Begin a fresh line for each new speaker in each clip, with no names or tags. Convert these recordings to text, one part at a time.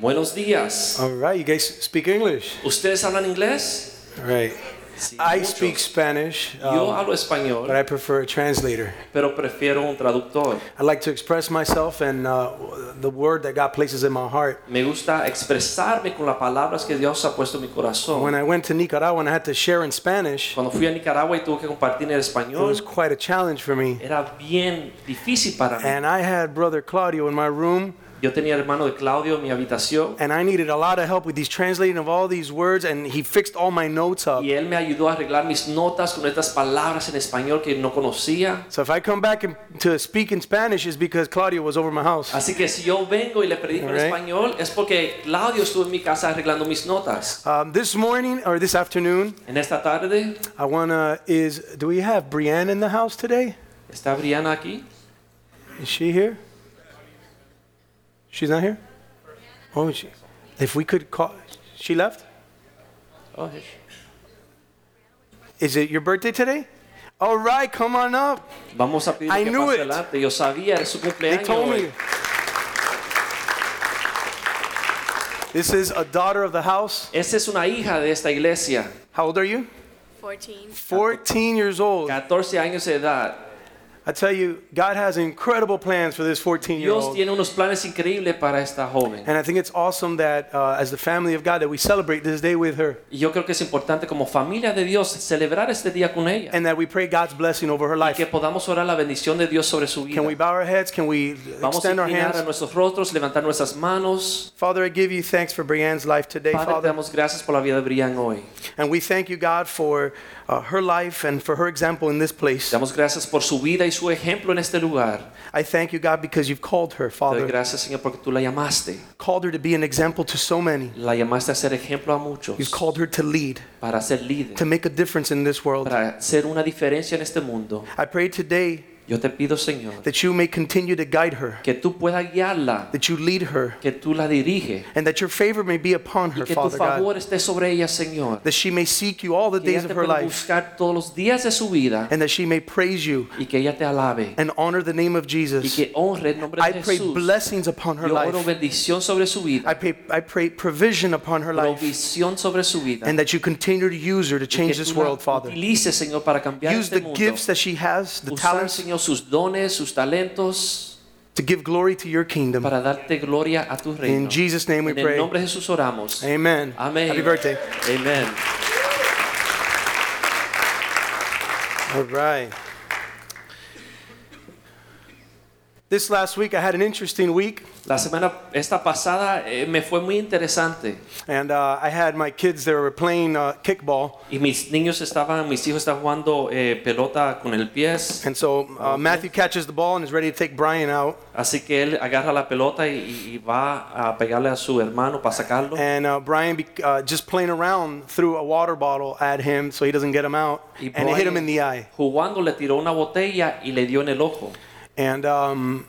Buenos días.
All right, you guys speak English.
¿Ustedes hablan inglés?
All right.
Sí,
I
mucho.
speak Spanish,
Yo
um,
hablo español,
but I prefer a translator.
pero prefiero un traductor.
I like to express myself and uh, the word that God places in my heart.
Me gusta expresarme con las palabras que Dios ha puesto en mi
When
corazón.
I went to Nicaragua and I had to share in Spanish,
Cuando fui a Nicaragua y tuve que compartir en
it was
español,
quite a challenge for me.
era bien difícil para mí.
And I had Brother Claudio in my room,
Yo tenía hermano de Claudio en mi habitación
and I needed a lot of help with these translating of all these words, and he fixed all my notes up.
y él me ayudó a arreglar mis notas con estas palabras en español que no conocía.
So if I come back and- to speak in Spanish, it's because Claudio was over my house.
Así que si yo vengo y le predico en
Alright.
español es porque Claudio estuvo en mi casa arreglando mis notas.
Um, this morning or this afternoon,
En esta tarde,
I wanna is do we have Brienne in the house today?
¿está Brianna aquí?
Is she here? She's not here. Oh, she, if we could call, she left.
Oh, here she-
Is it your birthday today? All right, come on up.
Vamos a pedir
I
que
knew
pase
it.
adelante. Yo sabía, es su
They
cumpleaños.
told
hoy.
me. This is a daughter of the house.
Esa es una hija de esta iglesia,
How old are you?
14.
14 years old.
14 años de edad.
I tell you, God has incredible plans for this 14 year
Dios
old.
tiene unos planes increíbles para esta joven.
And I think it's awesome that uh, as the family of God that we celebrate this day with her
Y yo creo que es importante como familia de Dios celebrar este día con ella.
and that we pray God's blessing over her
Y que
life.
podamos orar la bendición de Dios sobre su vida.
Can we bow our heads? Can we
Vamos a
extend our
inclinar a
hands?
nuestros rostros, levantar nuestras manos.
Father, I give you thanks for Brianne's life today,
Padre, te
Father.
damos gracias por la vida de Brian hoy.
And we thank you, God, for uh, her life and for her example in this
Te
place.
damos gracias por su vida y su ejemplo en este lugar.
I thank you, God, because you've called her,
Te doy
Father.
gracias, Señor, porque tú la llamaste.
Called her to be an example to so many.
La llamaste a ser ejemplo a muchos.
You've called her to lead,
Para ser líder.
to make a difference in this world.
para hacer una diferencia en este mundo.
I pray today
Yo te pido, Señor,
that you may continue to guide her,
que tú puedas guiarla,
that you lead her,
que tú la diriges
and that your favor may be upon
y
her,
que tu
Father God.
favor esté sobre ella, Señor.
That she may seek you all the
Que
days
ella
of
te
her
pueda
life,
buscar todos los días de su vida
and that she may praise you
y que ella te alabe
and honor the name of
y
Jesus.
que honre el nombre
I
de
pray
Jesús.
blessings upon her
Yo oro
life.
bendición sobre su vida,
I pray, I pray provision upon her life
provisión sobre su vida.
and that you continue to use her to
y que
change this
tú la
world, Father.
utilices, Señor, para cambiar
Use
este
the
mundo.
gifts that she has, the
Usar,
talents,
Señor, sus dones, sus talentos
to give glory to your kingdom.
para darte gloria a tu reino.
In Jesus' name we
en el
pray.
nombre de Jesús oramos.
Amen.
Amén.
Happy birthday.
Amén.
All right. This last week I had an interesting week,
La semana esta pasada eh, me fue muy interesante
and uh, I had my kids. They were playing uh, kickball,
y mis niños estaban, mis hijos estaban jugando eh, pelota con el pie,
and so uh, Matthew catches the ball and is ready to take Brian out,
así que él agarra la pelota y- y, y va a pegarle a su hermano para sacarlo
and uh, Brian be- uh, just playing around threw a water bottle at him so he doesn't get him out,
y
and it hit him
Brian,
in the eye.
jugando le tiró una botella y le dio en el ojo.
And um,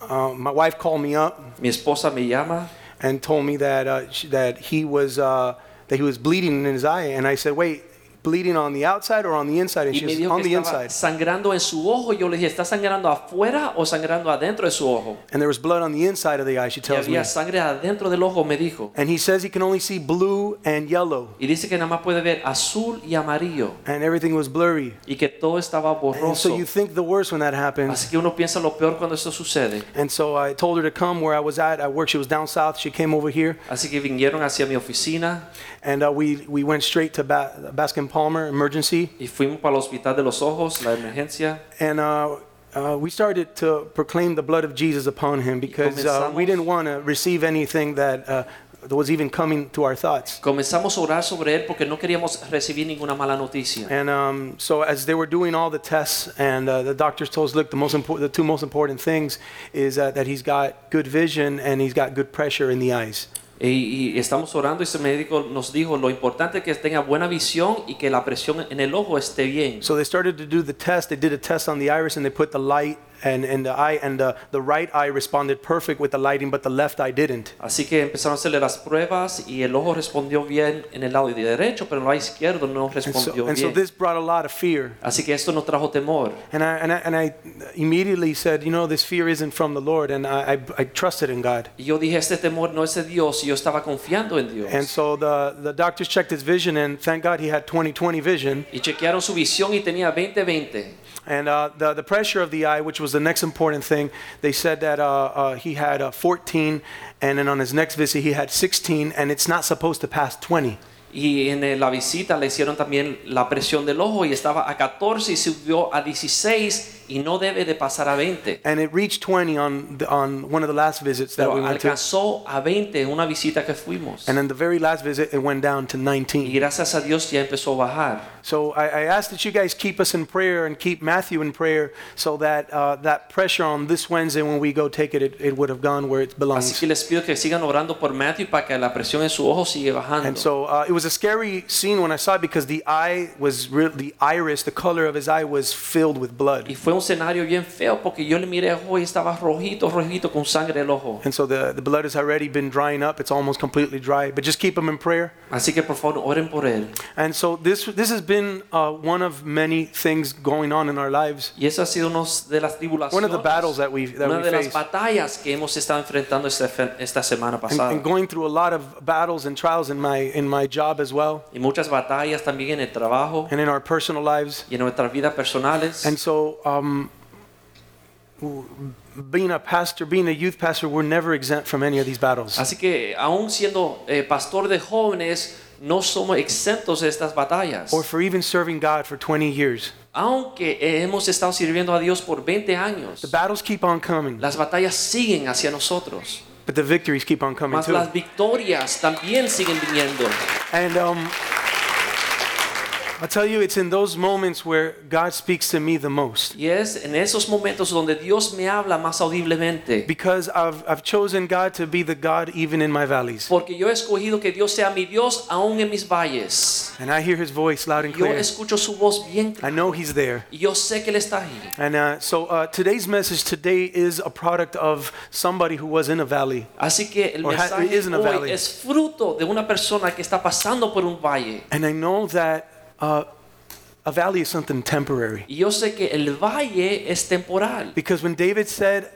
uh, my wife called me up
Mi esposa me llama
and told me that uh, she, that he was uh, that he was bleeding in his eye, and I said, "Wait, bleeding on the outside or on the inside?" And
y
she
me
was
dijo
"On
que
the
estaba
inside."
sangrando en su ojo. Yo le dije, ¿está sangrando afuera o sangrando adentro de su ojo?
And there was blood on the inside of the eye. She
Y
tells me.
había sangre adentro del ojo, me dijo.
And he says he can only see blue and yellow,
Y dice que nada más puede ver azul y amarillo.
and everything was blurry.
y que todo estaba
And
borroso.
so you think the worst when that happens.
Así que uno piensa lo peor cuando esto sucede.
And so I told her to come where I was at. I worked. She was down south. She came over here,
Así que vinieron hacia mi oficina
and uh, we we went straight to ba- Baskin Palmer emergency.
y fuimos para el hospital de los ojos, la emergencia.
And uh, uh, we started to proclaim the blood of Jesus upon him because uh, we
comenzamos-
didn't want to receive anything that uh, was even coming to our thoughts.
Comenzamos a orar sobre él porque no queríamos recibir ninguna mala noticia.
And um, so, as they were doing all the tests, and uh, the doctors told us, look, the, most impor- the two most important things is uh, that he's got good vision and he's got good pressure in the eyes.
Y, y estamos orando y ese médico nos dijo lo importante es que tenga buena visión y que la presión en el ojo esté bien.
So they started to do the test. They did a test on the iris and they put the light and, and the eye and the, the right eye responded perfect with the lighting, but the left eye didn't.
Así que empezaron a hacerle las pruebas y el ojo respondió bien en el lado derecho, pero el lado izquierdo no
And so,
respondió
and so
bien.
this brought a lot of fear.
Así que esto nos trajo temor.
And I, and, I, and I immediately said, you know, this fear isn't from the Lord, and I, I, I trusted in God.
Y yo dije, este temor no es de Dios y yo estaba confiando en Dios.
And so the, the doctors checked his vision, and thank God he had 20/20 vision.
y chequearon su visión y tenía 20-20.
And uh, the, the pressure of the eye, which was the next important thing, they said that uh, uh, he had uh, 14, and then on his next visit he had 16, and it's not supposed to pass 20.
Y en eh, la visita le hicieron también la presión del ojo y estaba a 14 y subió a 16 y no debe de pasar a 20.
And it reached 20 on, the, on one of the last visits that we
Pero
went to.
alcanzó a 20 en una visita que fuimos.
And then the very last visit, it went down to
Y
19.
gracias a Dios ya empezó a bajar.
So I, I ask that you guys keep us in prayer and keep Matthew in prayer so that uh, that pressure on this Wednesday when we go take it, it, it would have gone where it
Así
belongs.
que les pido que sigan orando por Matthew para que la presión en su ojo siga
And
bajando.
so uh, it was a scary scene when I saw it because the eye was real, the iris, the color of his eye was filled with
Y
blood.
fue un escenario bien feo porque yo le miré el ojo y estaba rojito, rojito con sangre en el ojo.
And so the, the blood has already been drying up. It's almost completely dry. But just keep him in prayer.
Así que por favor oren por él.
And so this this has been uh, one of many things going on in our lives.
Y eso ha sido una de las
One
tribulaciones,
of the battles that we that
una
we
de las
face.
batallas que hemos estado enfrentando esta, fe- esta semana
And,
pasada.
and going through a lot of battles and trials in my in my job as well,
Y muchas batallas también en el trabajo
and in our personal lives.
y en nuestras vidas personales.
And so, um, being a pastor, being a youth pastor, we're never exempt from any of these battles.
Así que aún siendo eh, pastor de jóvenes, no somos exentos de estas batallas.
or for even serving God for 20 years.
Aunque eh, hemos estado sirviendo a Dios por 20 años,
The battles keep on coming,
las batallas siguen hacia nosotros.
but the victories keep on coming
Mas
too.
las victorias también siguen viniendo.
And um, I'll tell you, it's in those moments where God speaks to me the most.
Y es en esos momentos donde Dios me habla más audiblemente.
Because I've, I've chosen God to be the God even in my valleys.
Porque yo he escogido que Dios sea mi Dios aún en mis valles.
And I hear his voice loud and
Yo
clear.
escucho su voz bien
I
clara.
know he's there.
Y yo sé que Él está ahí.
And uh, so uh, today's message today is a product of somebody who was in a valley.
Así que el
Or ha-
mensaje
it is in a
hoy
valley.
es fruto de una persona que está pasando por un valle.
And I know that uh, a valley is something temporary.
Y yo sé que el valle es temporal.
Because when David said,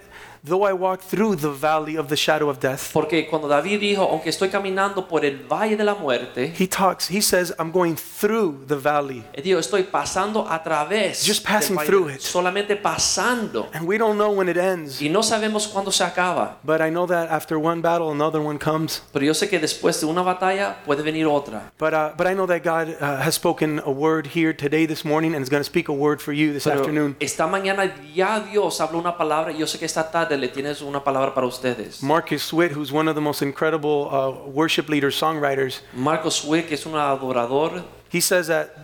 Though I walk through the valley of the shadow of death,
Porque cuando David dijo, aunque estoy caminando por el valle de la muerte,
he talks, he says, I'm going through the valley.
él dijo, estoy pasando a través.
Just
del
passing
valle,
through it.
Solamente pasando.
And we don't know when it ends.
Y no sabemos cuándo se acaba.
But I know that after one battle, another one comes.
Pero yo sé que después de una batalla puede venir otra.
But, uh, but I know that God uh, has spoken a word here today, this morning, and is going to speak a word for you this
Pero
afternoon.
esta mañana ya Dios habló una palabra y yo sé que esta tarde le tienes una palabra para ustedes.
Marcus Witt, who's one of the most incredible uh, worship leader songwriters,
Marcos Wick que es un adorador,
he says that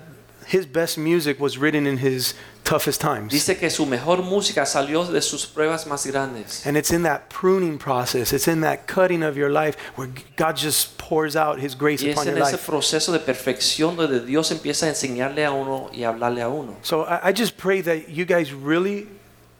his best music was written in his toughest times.
dice que su mejor música salió de sus pruebas más grandes.
And it's in that pruning process, it's in that cutting of your life where God just pours out His grace
Y es
upon your
en ese
life.
proceso de perfección donde Dios empieza a enseñarle a uno y a hablarle a uno.
So I, I just pray that you guys really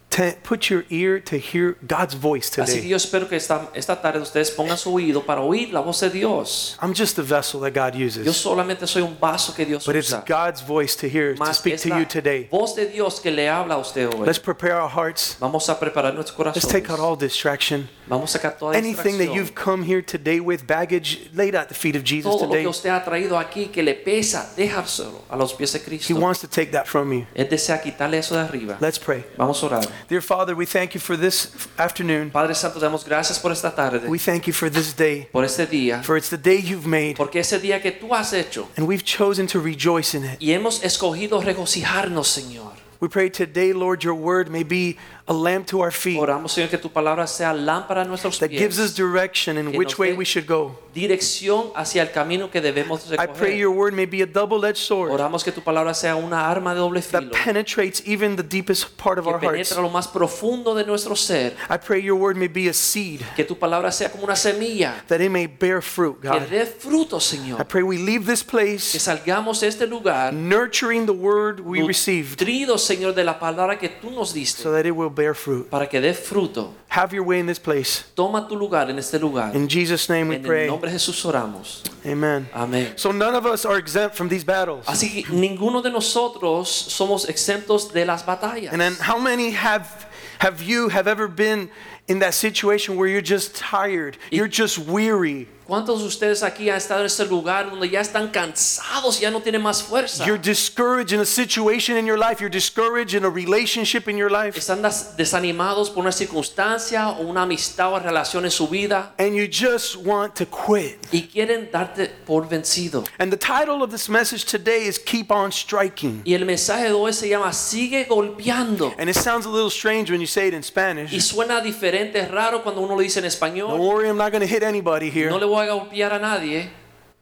te- put your ear to hear God's voice
Así que
today.
yo espero que esta, esta tarde ustedes pongan su oído para oír la voz de Dios.
I'm just the vessel that God
Yo
uses,
solamente soy un vaso que Dios
but it's
usa.
God's voice to hear, to
Mas
speak
es
to
la
you today.
voz de Dios que le habla a usted hoy.
Let's prepare our hearts.
Vamos a preparar nuestros
Let's
corazones.
take out all distraction.
Vamos a sacar toda
Anything that you've
distracción.
come here today with, baggage, laid at the feet of Jesus
Todo lo que
today.
usted ha traído aquí que le pesa, dejárselo a los pies de
He
Cristo.
wants to take that from you.
Él desea quitarle eso de arriba.
Let's pray.
Vamos a orar.
Dear Father, we thank you for this afternoon.
Padre Santo, te damos gracias por esta tarde,
We thank you for this day,
por este día,
for it's the day you've made,
porque ese día que tú has hecho
and we've chosen to rejoice in it.
y hemos escogido regocijarnos, Señor.
We've We pray today, Lord, your word may be a lamp to our feet
Oramos, Señor, que tu palabra sea lámpara a nuestros
that gives us
pies,
direction in
que
which
nos
way
dé-
we should go.
dirección hacia el camino que debemos
I pray
recorrer.
your word may be a double edged sword
Oramos que tu palabra sea una arma de doble
that
filo
penetrates even the deepest part of
que
our hearts.
penetra lo más profundo de nuestro ser.
I pray your word may be a seed
Que tu palabra sea como una semilla
that it may bear fruit,
que
God.
dé fruto,
I
Señor.
pray we leave this
Que
place
salgamos de este lugar
nurturing the word we received
nutridos, Señor, de la palabra que tú nos
so
diste
that it will bear fruit.
para que dé fruto.
Have your way in this place.
Toma tu lugar en este lugar.
In Jesus' name we
En el
pray.
nombre de Jesús oramos.
Amen.
Amén.
So none of us are exempt from these battles.
Así que ninguno de nosotros somos exentos de las batallas.
And then how many have have you have ever been in that situation where you're just tired, you're just weary,
¿Cuántos de ustedes aquí han estado en ese lugar donde ya están cansados, ya no tienen más fuerza?
you're discouraged in a situation in your life, you're discouraged in a relationship in your life,
Están das- desanimados por una circunstancia o una amistad o relación en su vida
and you just want to quit?
y quieren darte por vencido.
And the title of this message today is Keep On Striking.
Y el mensaje de hoy se llama Sigue golpeando.
And it sounds a little strange when you say it in
Y
Spanish.
suena diferente, es raro cuando uno lo dice en
Don't
español.
worry, I'm not going to hit anybody
No
here.
le voy a golpear a nadie,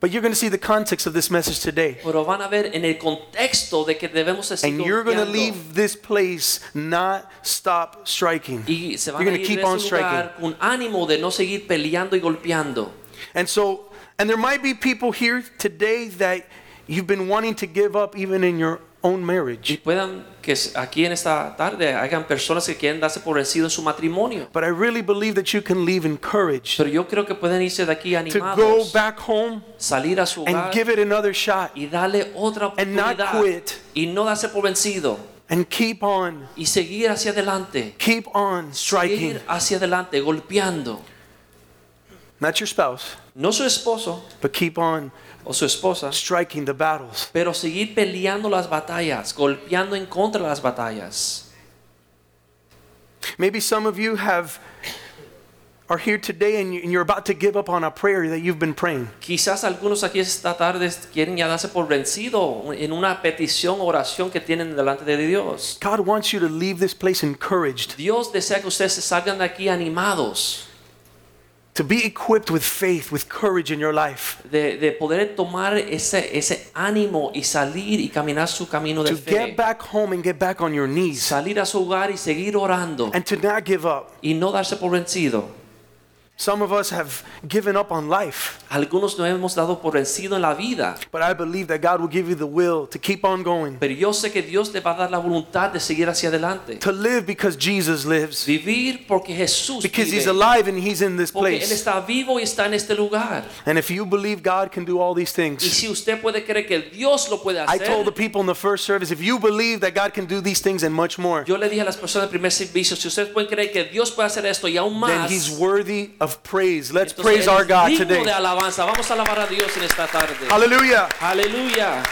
But you're going to see the context of this message today.
pero van a ver en el contexto de que debemos de seguir
And you're going to
golpeando.
leave this place not stop striking.
y se van
You're
a
gonna
ir
keep
de
on
ese lugar con ánimo de no seguir peleando y golpeando.
And so, and there might be people here today that you've been wanting to give up even in your own
Y
marriage.
puedan que s- aquí en esta tarde hagan personas que quieren darse por vencido en su matrimonio.
But I really believe that you can leave encouraged
Pero yo creo que pueden irse de aquí
to go
animados,
back home
salir a su hogar
and give it another shot
y darle otra
and not
oportunidad
quit.
y no darse por vencido
and keep on,
y seguir hacia adelante.
keep on striking.
Ir hacia adelante, golpeando.
Not your spouse,
No su esposo
but keep on
o su esposa,
striking the battles.
pero seguir peleando las batallas, golpeando en contra de las batallas.
Maybe some of you have are here today and you- and you're about to give up on a prayer that you've been praying.
Quizás algunos aquí esta tarde quieren ya darse por vencido en una petición o oración que tienen delante de Dios.
God wants you to leave this place encouraged,
Dios desea que ustedes se salgan de aquí animados,
to be equipped with faith, with courage in your life.
de, de poder tomar ese, ese ánimo y salir y caminar su camino de
to
fe.
get back home and get back on your knees
Salir a su hogar y seguir orando
and to not give up.
y no darse por vencido.
Some of us have given up on life,
Algunos no hemos dado por vencido en la vida,
but I believe that God will give you the will to keep on going,
pero yo sé que Dios te va a dar la voluntad de seguir hacia adelante.
to live because Jesus lives,
Vivir porque Jesús
because He's
vive,
alive and He's in this
porque Él
place.
está vivo y está en este lugar.
And if you believe God can do all these
Y
things,
si usted puede creer que Dios lo puede
I
hacer,
told the people in the first service, if you believe that God can do these things and much more,
yo le dije a las personas del primer servicio, si ustedes pueden creer que Dios puede hacer esto y aún
then
más,
He's worthy of praise. Let's praise
entonces Él
our
es
God
digno de
today.
alabanza. Vamos a alabar a Dios en esta tarde.
Hallelujah.
Aleluya.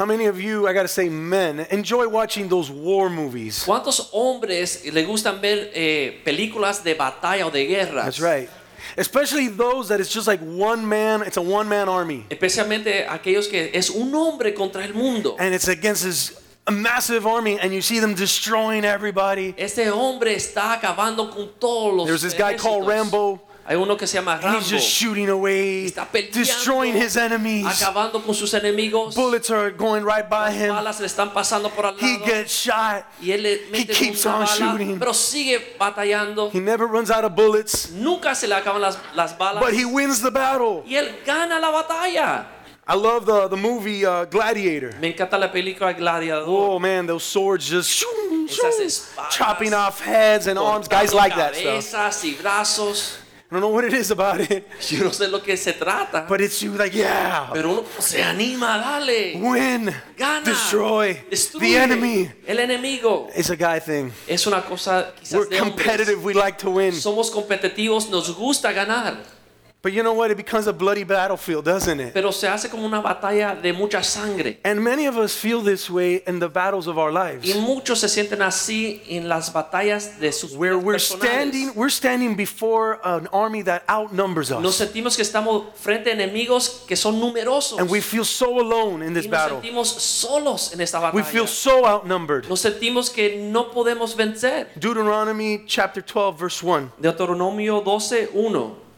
How many of you, I gotta say, men, enjoy watching those war movies?
¿Cuántos hombres le gustan ver eh, películas de batalla o de guerra?
That's right. Especially those that it's just like one man, it's a one man army.
Especialmente aquellos que es un hombre contra el mundo.
And it's against this massive army, and you see them destroying everybody.
Este hombre está acabando con todos los
There's this guy called
ejércitos.
Rambo,
Hay uno que se llama
and
Rambo.
he's just shooting away,
Está peleando,
destroying his enemies.
Acabando con sus enemigos.
Bullets are going right by him.
balas le están pasando por al
He
lado
gets shot.
y él le mete
keeps
una
on
bala,
shooting.
pero sigue batallando.
He never runs out of bullets,
Nunca se le acaban las, las balas
but he wins the battle.
y él gana la batalla.
I love the, the movie uh, Gladiator.
Me encanta la película Gladiador.
Oh man, those swords just shoo,
Esas
shoo,
espadas.
chopping off heads and arms. Guys like that stuff.
Cabezas y brazos.
I don't know what it is about it.
Yo no sé lo que se trata,
But it's you like, yeah,
pero uno se anima, dale,
win,
gana,
destroy
destruye
the enemy.
el enemigo.
It's a guy thing.
Es una cosa quizás
We're
de hombres.
competitive, we like to win.
Somos competitivos, nos gusta ganar.
But But you know what? It becomes a bloody battlefield, doesn't it?
pero se hace como una batalla de mucha sangre.
And many of us feel this way in the battles of our
Y
lives.
muchos se sienten así en las batallas de sus
Where
vidas
we're
personales.
standing, we're standing before an army that outnumbers
Nos
us.
sentimos que estamos frente a enemigos que son numerosos.
And we feel so alone in this
y nos
battle.
sentimos solos en esta
We
batalla.
feel so outnumbered.
nos sentimos que no podemos vencer.
Deuteronomy chapter 12, verse 1.
Deuteronomio 12:1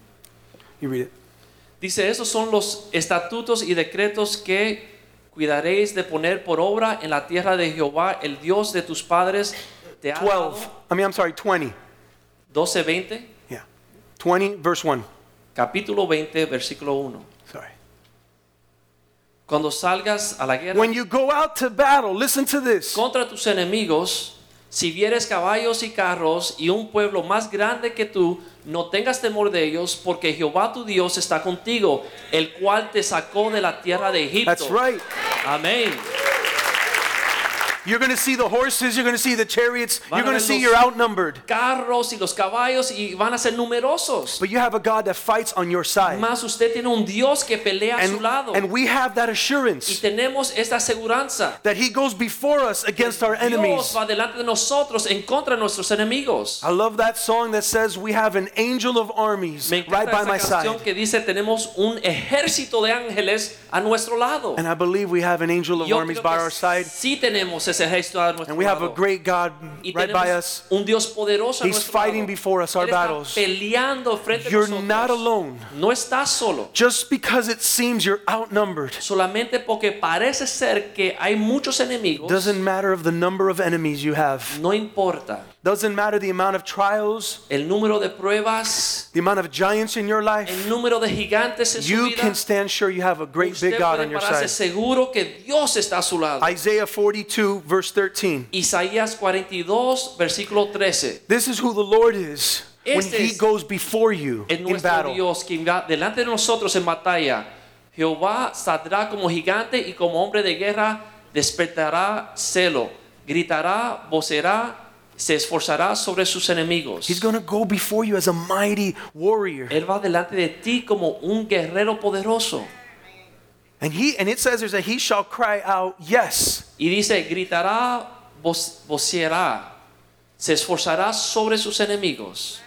You read it.
dice, "Esos son los estatutos y decretos que cuidaréis de poner por obra en la tierra de Jehová, el Dios de tus padres." Te ha dado
12. I mean, I'm sorry, 20.
12:20,
Yeah. 20, verse 1.
capítulo 20, versículo 1.
Sorry.
Cuando salgas a la guerra
When you go out to battle, listen to this.
contra tus enemigos, si vieres caballos y carros y un pueblo más grande que tú, no tengas temor de ellos, porque Jehová tu Dios está contigo, el cual te sacó de la tierra de Egipto.
That's right.
Amén.
You're going to see the horses, you're going to see the chariots,
Van
you're
a
going to
ver
see
los-
you're outnumbered.
Carros y los caballos y van a ser numerosos.
But you have a God that fights on your side.
Más usted tiene un Dios que pelea a su
And,
lado
and we have that
y
assurance
tenemos esta aseguranza.
that He goes before us against our
Dios
enemies.
va delante de nosotros en contra de nuestros enemigos.
I love that song that says, We have an angel of armies
Me encanta
right by
esa
my
canción
side.
que dice tenemos un ejército de ángeles a nuestro lado.
And I believe we have an angel of
Yo
armies
creo
by
que
our side.
Sí tenemos ese ejército a nuestro
And we have a
lado.
great God
y
right
tenemos
by us.
un Dios poderoso a
He's
nuestro
fighting
lado.
before us our
Él está
battles.
peleando frente a
You're
nosotros.
not alone.
No estás solo.
Just because it seems you're outnumbered
Solamente porque parece ser que hay muchos enemigos.
doesn't matter of the number of enemies you have.
no importa
Doesn't matter the amount of trials,
el número de pruebas,
the amount of giants in your
el
life.
número de gigantes en su
You
vida.
can stand sure you have a great
usted
big God
puede
on your
pararse
side.
seguro que Dios está a su lado.
Isaiah 42 verse 13.
Isaías 42, versículo 13.
This is who the Lord is when
Este
he
es
goes before you
Es
in
nuestro
battle.
Dios quien va delante de nosotros en batalla. Jehová saldrá como gigante y como hombre de guerra despertará celo, gritará, vocerá, se esforzará sobre sus enemigos.
He's going to go before you as a mighty warrior.
Él va delante de ti como un guerrero poderoso
And he and it says there's that he shall cry out, "Yes."
y dice, gritará, voc- vocerá, se esforzará sobre sus enemigos.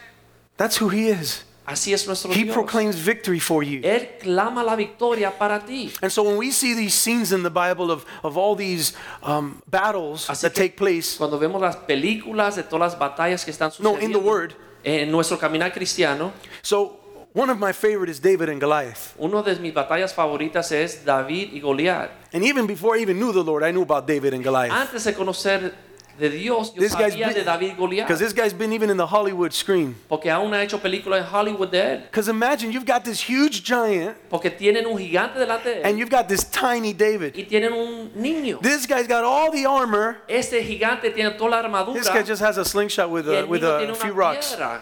That's who he is.
Así es nuestro
He
Dios.
proclaims victory for you.
Él clama la victoria para ti.
And so when we see these scenes in the Bible of, of all these um, battles
Así
that
que-
take place,
Cuando vemos las películas de todas las batallas que están
No,
sucediendo
in the word.
en nuestro caminar cristiano,
so one of my favorite is David and Goliath.
una de mis batallas favoritas es David y Goliat.
And even before I even knew the Lord, I knew about David and Goliath.
Antes de conocer de Dios, yo
This guy's
sabía de David
been,
y Goliat,
because this guy's been even in the Hollywood screen.
porque aún ha hecho películas en Hollywood de él,
Because imagine you've got this huge giant
porque tienen un gigante delante de
and
él
you've got this tiny David.
y tienen un niño.
This guy's got all the armor.
Este gigante tiene toda la armadura
This guy just has a slingshot with
y
a,
el
with
niño tiene
a few
una
rocks.
piedra.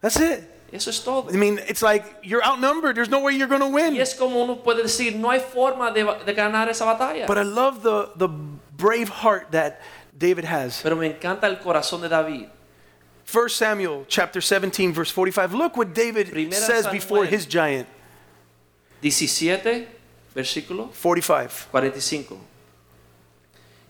That's it.
Eso es todo.
I mean, it's like you're outnumbered. There's no way you're going to win.
Y es como uno puede decir, no hay forma de, de ganar esa batalla.
But I love the, the brave heart that David has.
Pero me encanta el corazón de David.
1 Samuel chapter 17 verse 45. Look what David
Primera
says
Samuel.
before his giant.
17, versículo
45.
45.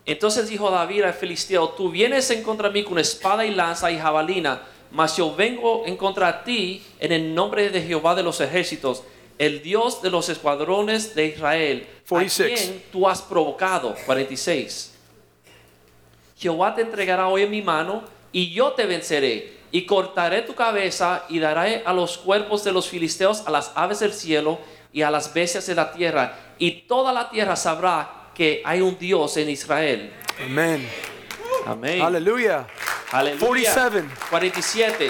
Entonces dijo David al filisteo, tú vienes en contra de mí con espada y lanza y jabalina, mas yo vengo en contra de ti en el nombre de Jehová de los ejércitos, el Dios de los escuadrones de Israel, a
46.
quien tú has provocado. 46. Jehová te entregará hoy en mi mano y yo te venceré y cortaré tu cabeza y daré a los cuerpos de los filisteos, a las aves del cielo y a las bestias de la tierra y toda la tierra sabrá que hay un Dios en Israel.
Amen.
Amén.
Hallelujah.
Aleluya.
47.
47.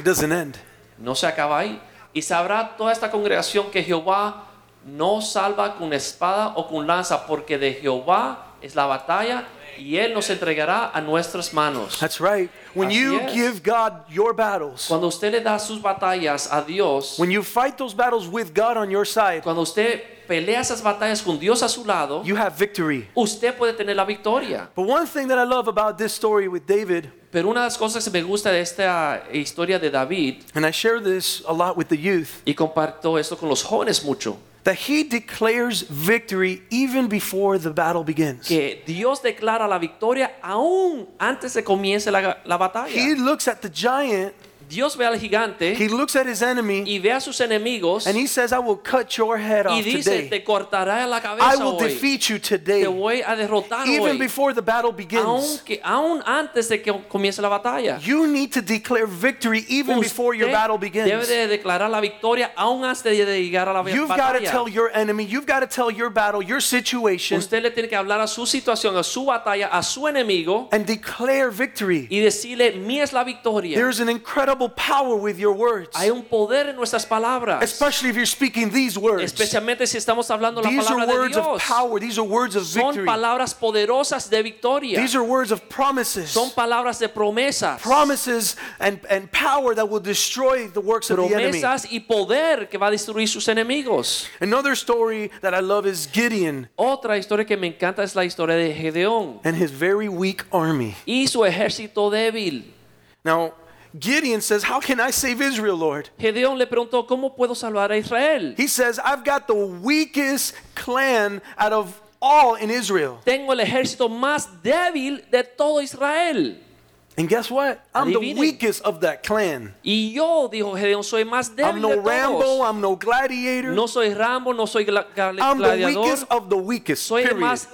It doesn't end.
No se acaba ahí. Y sabrá toda esta congregación que Jehová no salva con espada o con lanza, porque de Jehová es la batalla y él nos entregará a nuestras manos.
That's right. When you
Así es.
give God your battles,
Cuando usted le da sus batallas a Dios,
when you fight those battles with God on your side,
cuando usted pelea esas batallas con Dios a su lado,
you have victory.
usted puede tener la victoria.
But one thing that I love about this story with David
Pero una de las cosas que me gusta de esta historia de David,
and I share this a lot with the youth,
y comparto esto con los jóvenes mucho,
that he declares victory even before the battle begins.
que Dios declara la victoria aún antes de comience la, la
He
batalla.
looks at the giant,
Dios ve al gigante
he looks at his enemy,
y ve a sus enemigos
and he says, I will cut your head
y
off
dice,
today.
te cortará la
I
cabeza
will
hoy,
defeat you
te
today.
voy a derrotar
Even
hoy,
before the battle begins,
aunque, aún antes de que comience la batalla.
you need to declare victory even before your
Usted
battle
¿eh? debe
begins.
de declarar la victoria aún antes de llegar a la
You've got to
batalla.
tell your enemy, you've got to tell your battle, your situation,
Usted le tiene que hablar a su situación, a su batalla, a su enemigo
and declare victory.
y decirle, mía es la victoria.
There's an incredible power with your words,
Hay un poder en nuestras palabras,
especially if you're speaking these words.
especialmente si estamos hablando la
These are
palabra de
words of
Dios.
power, these are words of
Son
victory,
palabras poderosas de victoria.
these are words of promises.
Son palabras de promesas.
Promises and, and power that will destroy the works of the enemy.
Promesas y poder que va a destruir sus enemigos.
Another story that I love is Gideon
Otra historia que me encanta es la historia de Gedeón
and his very weak army.
y su ejército débil.
Now, Gideon says, How can I save Israel, Lord?
Gedeón le preguntó, ¿cómo puedo salvar a Israel?
He says, I've got the weakest clan out of all in Israel.
Tengo el ejército más débil de todo Israel.
And guess what? I'm the
Adivinen.
weakest of that clan.
Y yo, dijo Gedeón, soy más
I'm
débil de
no Rambo,
todos.
I'm no gladiator.
No soy Rambo, no soy gla- gla-
I'm the
gladiador.
weakest of the weakest.
Soy el
Period.
más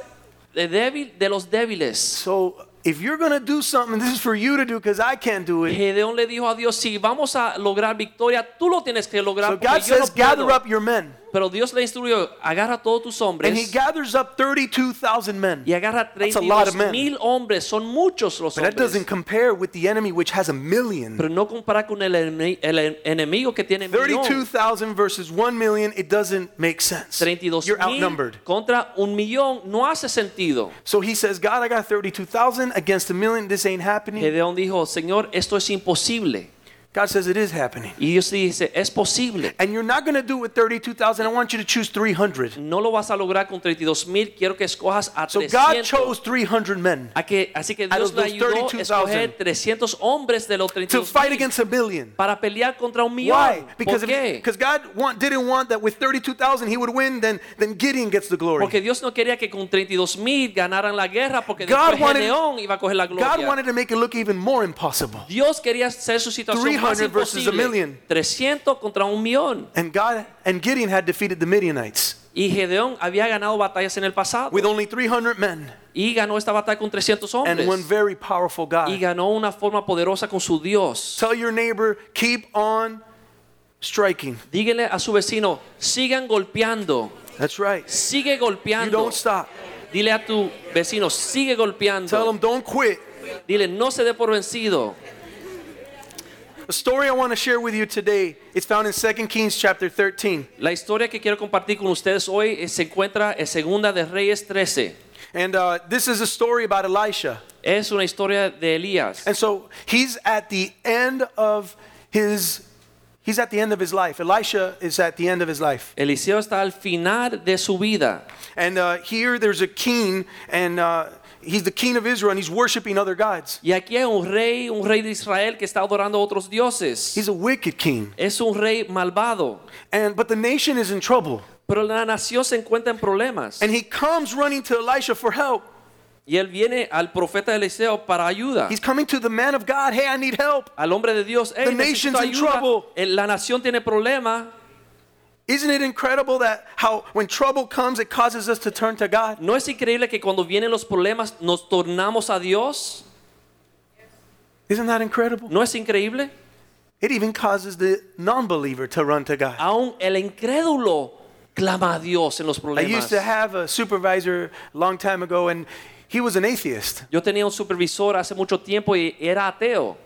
de débil de los débiles.
So if you're going to do something, this is for you to do because I can't do it.
Gedeón le dijo a Dios, si vamos a lograr victoria, tú lo tienes que lograr.
So
porque
God
yo no
says, Gather
puedo".
up your men.
Pero Dios le instruyó, agarra a todos tus
And he
hombres
gathers up 32,000 men.
y agarra
That's a lot of
32
men.
mil hombres. Son muchos los
But that doesn't
hombres.
compare with the enemy, which has a million.
Pero no comparar con el, ene- el en- enemigo que tiene millón.
32,000 versus 1 million, it doesn't make sense.
32
You're outnumbered.
mil contra un millón no hace sentido.
So he says, God, I got 32,000 against a million. This ain't happening.
Gedeón dijo, Señor, esto es imposible.
God says, it is happening.
Y Dios dice, es posible.
And you're not going to do it with 32,000. I want you to choose 300.
No lo vas a lograr con 32 mil. Quiero que escojas a
So God
300.
chose 300 men
A que, así que
Out
Dios
of
le
those
ayudó a
32,000.
escoger 300 hombres de los
to
32
fight against a million.
para pelear contra un millón.
Why? Because
¿Por
if-
qué?
because God want, didn't want that with 32,000 he would win, then, then Gideon gets the glory.
Porque Dios no quería que con 32 mil ganaran la guerra porque
God
después
wanted-
Gedeón iba a coger la gloria.
God wanted to make it look even more impossible.
Dios quería hacer su situación más
300 versus a
imposible.
million.
300 contra un millón.
And God and Gideon had defeated the Midianites
Y Gedeón había ganado batallas en el pasado.
with only 300 men
Y ganó esta batalla con 300 hombres.
and one very powerful
Y
God.
ganó una forma poderosa con su Dios.
Tell your neighbor, keep on striking.
Dígale a su vecino, sigan golpeando.
That's right.
Sigue
You
golpeando.
don't stop.
Dile a tu vecino, sigue
Tell
golpeando.
them don't quit.
Dile, no se dé por vencido.
The story I want to share with you today is found in 2 Kings chapter 13.
La historia que quiero compartir con ustedes hoy eh, se encuentra en Segunda de Reyes 13.
And uh, this is a story about Elisha.
Es una historia de Elías.
And so he's at the end of his he's at the end of his life. Elisha is at the end of his life.
Eliseo está al final de su vida.
And uh, here there's a king and uh, he's the king of Israel and he's worshiping other gods.
Y aquí hay un rey, un rey de Israel que está adorando a otros dioses.
He's a wicked king.
Es un rey malvado.
And but the nation is in trouble.
Pero la nación se encuentra en problemas.
And he comes running to Elisha for help.
Y él viene al profeta Eliseo para ayuda.
He's coming to the man of God. Hey, I need help.
Al hombre de Dios, "Hey,
The
necesito
nation's in
ayuda.
trouble."
Eh, La nación tiene problemas.
Isn't it incredible that how when trouble comes it causes us to turn to God?
¿No es increíble que cuando vienen los problemas nos tornamos a Dios?
Isn't that incredible?
¿No es increíble?
It even causes the non-believer to run to God.
Aún el incrédulo clama a Dios en los
I used
problemas.
to have a supervisor a long time ago, and he was an atheist.
Yo tenía un supervisor hace mucho tiempo y era ateo.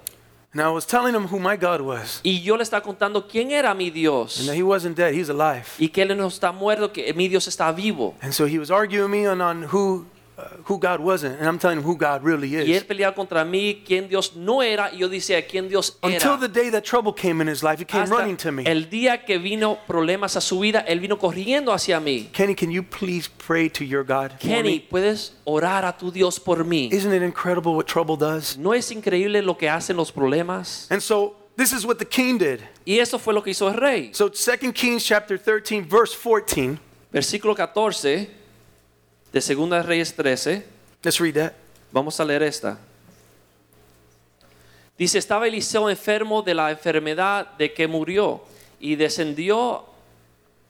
And I was telling him who my God was,
Y yo le estaba contando quién era mi
and
Dios.
that he wasn't dead, he's alive.
Y que Él no está muerto, que mi Dios está vivo.
And so he was arguing me on, on who uh, who God wasn't, and I'm telling him who God really
Y
is.
él peleaba contra mí, quién Dios no era, y yo decía quién Dios
Until
era.
the day that trouble came in his life, he came
Hasta
running to me.
El día que vino problemas a su vida, él vino corriendo hacia mí.
Kenny, can you please pray to your God? for me?
Kenny, ¿puedes orar a tu Dios por mí?
Isn't it incredible what trouble does?
¿No es increíble lo que hacen los problemas?
And so this is what the king did.
Y eso fue lo que hizo el rey.
So 2 Kings chapter 13 verse 14.
Versículo 14 de 2 de Reyes 13.
Let's read that.
Vamos a leer esta. Dice, estaba Eliseo enfermo de la enfermedad de que murió y descendió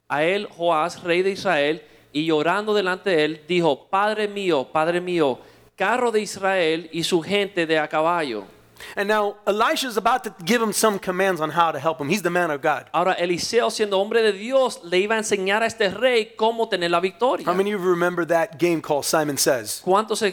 a él Joás, rey de Israel, y llorando delante de él, dijo, Padre mío, Padre mío, carro de Israel y su gente de a caballo.
And now Elisha's about to give him some commands on how to help him. He's the man of God.
Ahora Eliseo, siendo hombre de Dios, le iba a enseñar a este rey cómo tener la victoria.
How many of you remember that game called Simon Says?
¿Cuántos se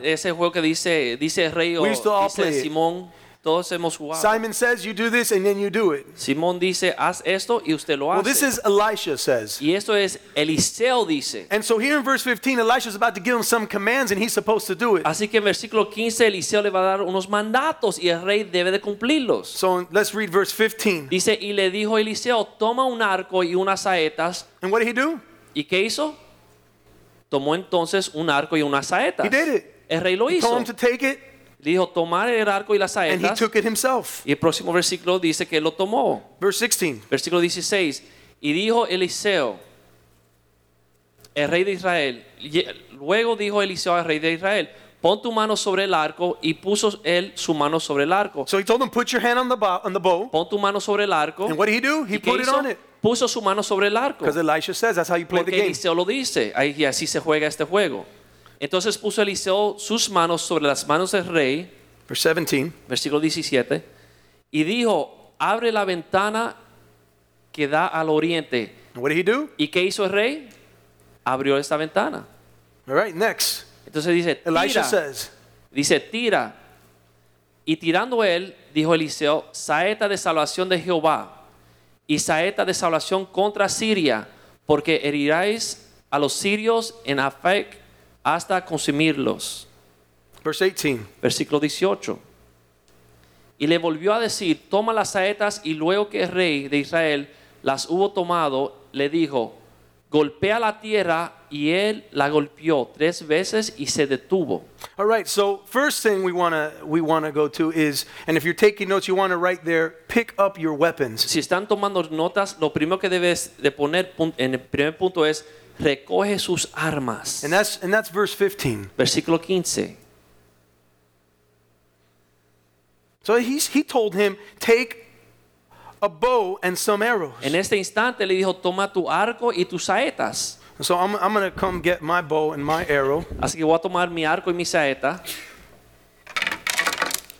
Huh?
ese juego que dice, dice el rey o
We used to all
dice
play it.
Simón? Todos hemos jugado.
Simon says you do this and then you do it.
Simón dice, haz esto y usted lo
Well,
hace.
this is Elisha says.
y esto es Eliseo dice.
And so here in verse 15, Elisha's about to give him some commands and he's supposed to do it.
Así que en versículo 15 Eliseo le va a dar unos mandatos y el rey debe de cumplirlos.
So let's read verse 15.
Dice, y le dijo Eliseo, toma un arco y unas saetas.
And what did he do?
¿Y qué hizo? Tomó entonces un arco y unas saetas.
He did it.
El rey lo
He
hizo.
told him to take it
Le dijo, tomar el arco y las
and he
saetas.
took it himself.
Y el próximo versículo dice que lo tomó.
Verse 16.
Versículo 16. Y dijo Eliseo, el rey de Israel, y- luego dijo Eliseo al rey de Israel, pon tu mano sobre el arco, y puso él su mano sobre el arco.
So he told him, put your hand on the, bow, on the bow.
Pon tu mano sobre el arco.
And what did he do? He
¿Y qué
put it
hizo?
on it.
Puso su mano sobre el arco.
Because Elisha says that's how you play the
Porque
game.
Eliseo lo dice, ahí- y así se juega este juego. Entonces puso Eliseo sus manos sobre las manos del rey,
Verse 17.
versículo 17, y dijo, abre la ventana que da al oriente.
And what did he do?
¿Y qué hizo el rey? Abrió esta ventana.
All right, next.
Entonces dice,
Elisha
tira.
says,
Dice, tira. Y tirando él, dijo Eliseo, saeta de salvación de Jehová y saeta de salvación contra Siria, porque heriráis a los sirios en Afec hasta consumirlos.
verse 18.
Versículo 18. Y le volvió a decir, toma las saetas y luego que el rey de Israel las hubo tomado, le dijo, golpea la tierra y él la golpeó tres veces y se detuvo.
All right, so first thing we want to we want to go to is and if you're taking notes, you want to write there, pick up your weapons.
Si están tomando notas, lo primero que debes de poner pun- en el primer punto es, recoge sus armas.
And that's and that's verse 15.
Versículo 15.
So he's he told him, take a bow and some arrows.
En este instante le dijo, toma tu arco y tus saetas.
So I'm, I'm going to come get my bow and my arrow
Así que voy a tomar mi arco y mi saeta.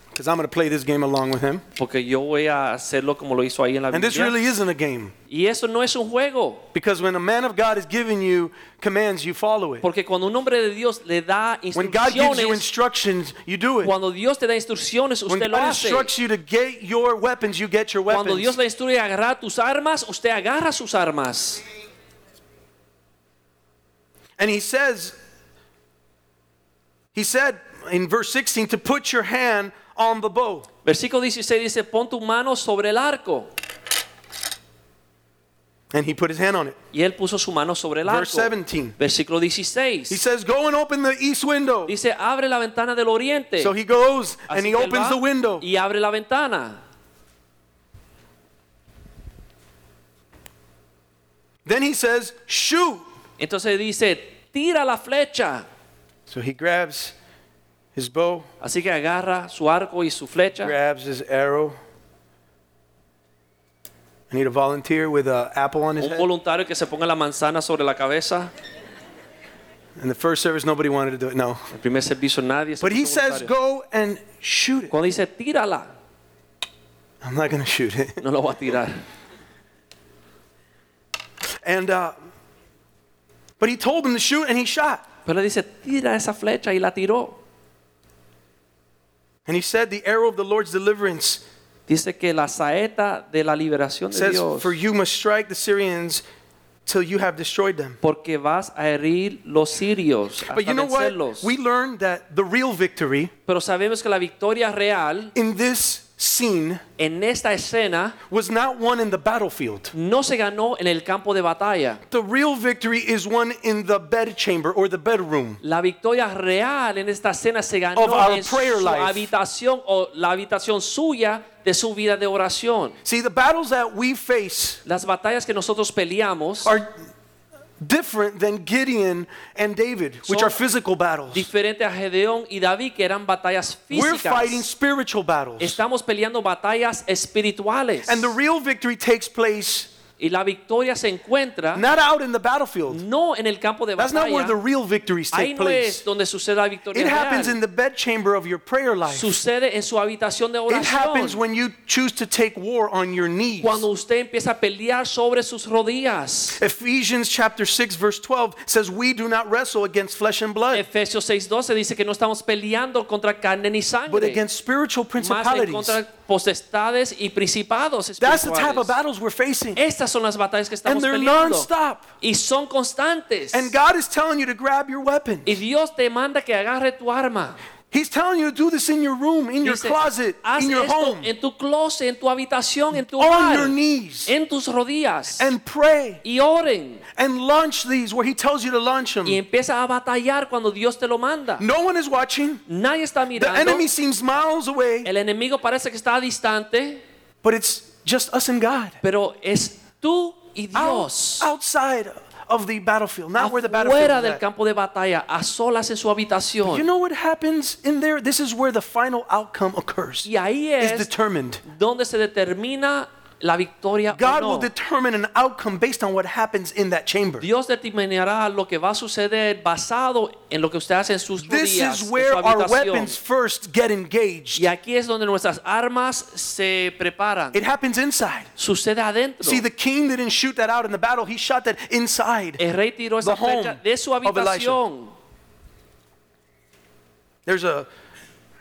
because I'm going to play this game along with him.
porque yo voy a hacerlo como lo hizo ahí en la
And this
Biblia.
really isn't a game
y eso no es un juego,
because when a man of God is giving you commands, you follow it.
porque cuando un hombre de Dios le da
When God gives you
instrucciones,
instructions, you do it.
cuando Dios te da instrucciones,
When
usted lo
God
hace.
instructs you to get your weapons, you get your
Cuando
weapons.
Dios le instruye a agarrar tus armas, usted agarra sus armas.
And he says, he said in verse 16 to put your hand on the bow.
Versículo 16 dice, pon tu mano sobre el arco.
And he put his hand on it.
Y él puso su mano sobre el arco.
Verse 17.
Versículo
He
16.
says, go and open the east window.
Dice, abre la ventana del oriente.
So he goes
Así
and he
que él
opens
va
the window.
Y abre la ventana.
Then he says, shoot.
Entonces dice, tira la flecha.
So he grabs his bow,
Así que agarra su arco y su flecha.
grabs his arrow. I need a volunteer with an apple on his
Un
head.
voluntario que se ponga la manzana sobre la cabeza.
In the first service, nobody wanted to do it. No.
El primer servicio nadie. se
But he
puso
says,
voluntario.
go and shoot it.
Cuando dice tírala,
I'm not going to shoot it.
no lo va a tirar.
And uh, but he told him to shoot, and he shot.
Pero dice tira esa flecha y la tiró.
And he said, "The arrow of the Lord's deliverance
Dice que la saeta de la liberación de
says,
Dios
for you must strike the Syrians till you have destroyed them.
porque vas a herir los sirios hasta
But you know what?
vencerlos.
We learned that the real victory
Pero sabemos que la victoria real
in this scene
en esta escena
was not won in the battlefield.
no se ganó en el campo de batalla.
The real victory is won in the bedchamber or the bedroom.
La victoria real en esta escena se ganó
Of our
en su
prayer life.
habitación o la habitación suya de su vida de oración.
See, the battles that we face
Las batallas que nosotros peleamos
are different than Gideon and David, which
Son
are physical battles.
diferente a Gedeón y David que eran batallas
We're fighting
físicas.
spiritual battles.
Estamos peleando batallas espirituales.
And the real victory takes place
Y la victoria se encuentra
not out in the battlefield.
no en el campo de
That's not where the
batalla.
real victories
Ahí
take
no es
place.
donde sucede la victoria
It happens
real.
in the bedchamber of your prayer life.
Sucede en su habitación de
It happens
oración.
when you choose to take war on your knees.
Cuando usted empieza a pelear sobre sus rodillas.
Ephesians chapter 6 verse 12 says we do not wrestle against flesh and blood
Efesios 6:12 dice que no estamos peleando contra carne ni
but
sangre,
against spiritual
más en
principalities.
contra potestades y principados
That's the type of
espirituales.
battles we're facing.
Estas son las batallas que
And
estamos
they're
peleando
non-stop.
y son constantes.
And God is telling you to grab your weapon.
Y Dios te manda que agarre tu arma.
He's telling you to do this in your room, in your
Dice,
closet,
haz
in your
esto
home,
en tu closet, en tu habitación, en tu
on your
hogar,
knees,
en tus rodillas
and pray
y oren.
and launch these where he tells you to launch them.
y empieza a batallar cuando Dios te lo manda.
No one is watching.
Nadie está
The
mirando.
enemy seems miles away,
El enemigo parece que está distante,
but it's just us and God.
pero es tú y
Out-
Dios.
outside of the battlefield, not where the battlefield
Fuera
is
del
at.
campo de batalla, a solas en su
You
habitación.
know what happens in there? This is where the final outcome occurs.
Y ahí
Is
es
determined.
donde se determina la victoria o
God
no.
will determine an outcome based on what happens in that chamber.
Dios determinará lo que va a suceder basado en lo que usted hace en sus
This
rodillas,
is
en su
where our
habitación.
weapons first get engaged.
Y aquí es donde nuestras armas se preparan.
It happens inside.
Sucede adentro.
See, the king didn't shoot that out in the battle, he shot that inside.
El rey tiró
The
esa
home
flecha de su
of Elisha.
habitación.
There's a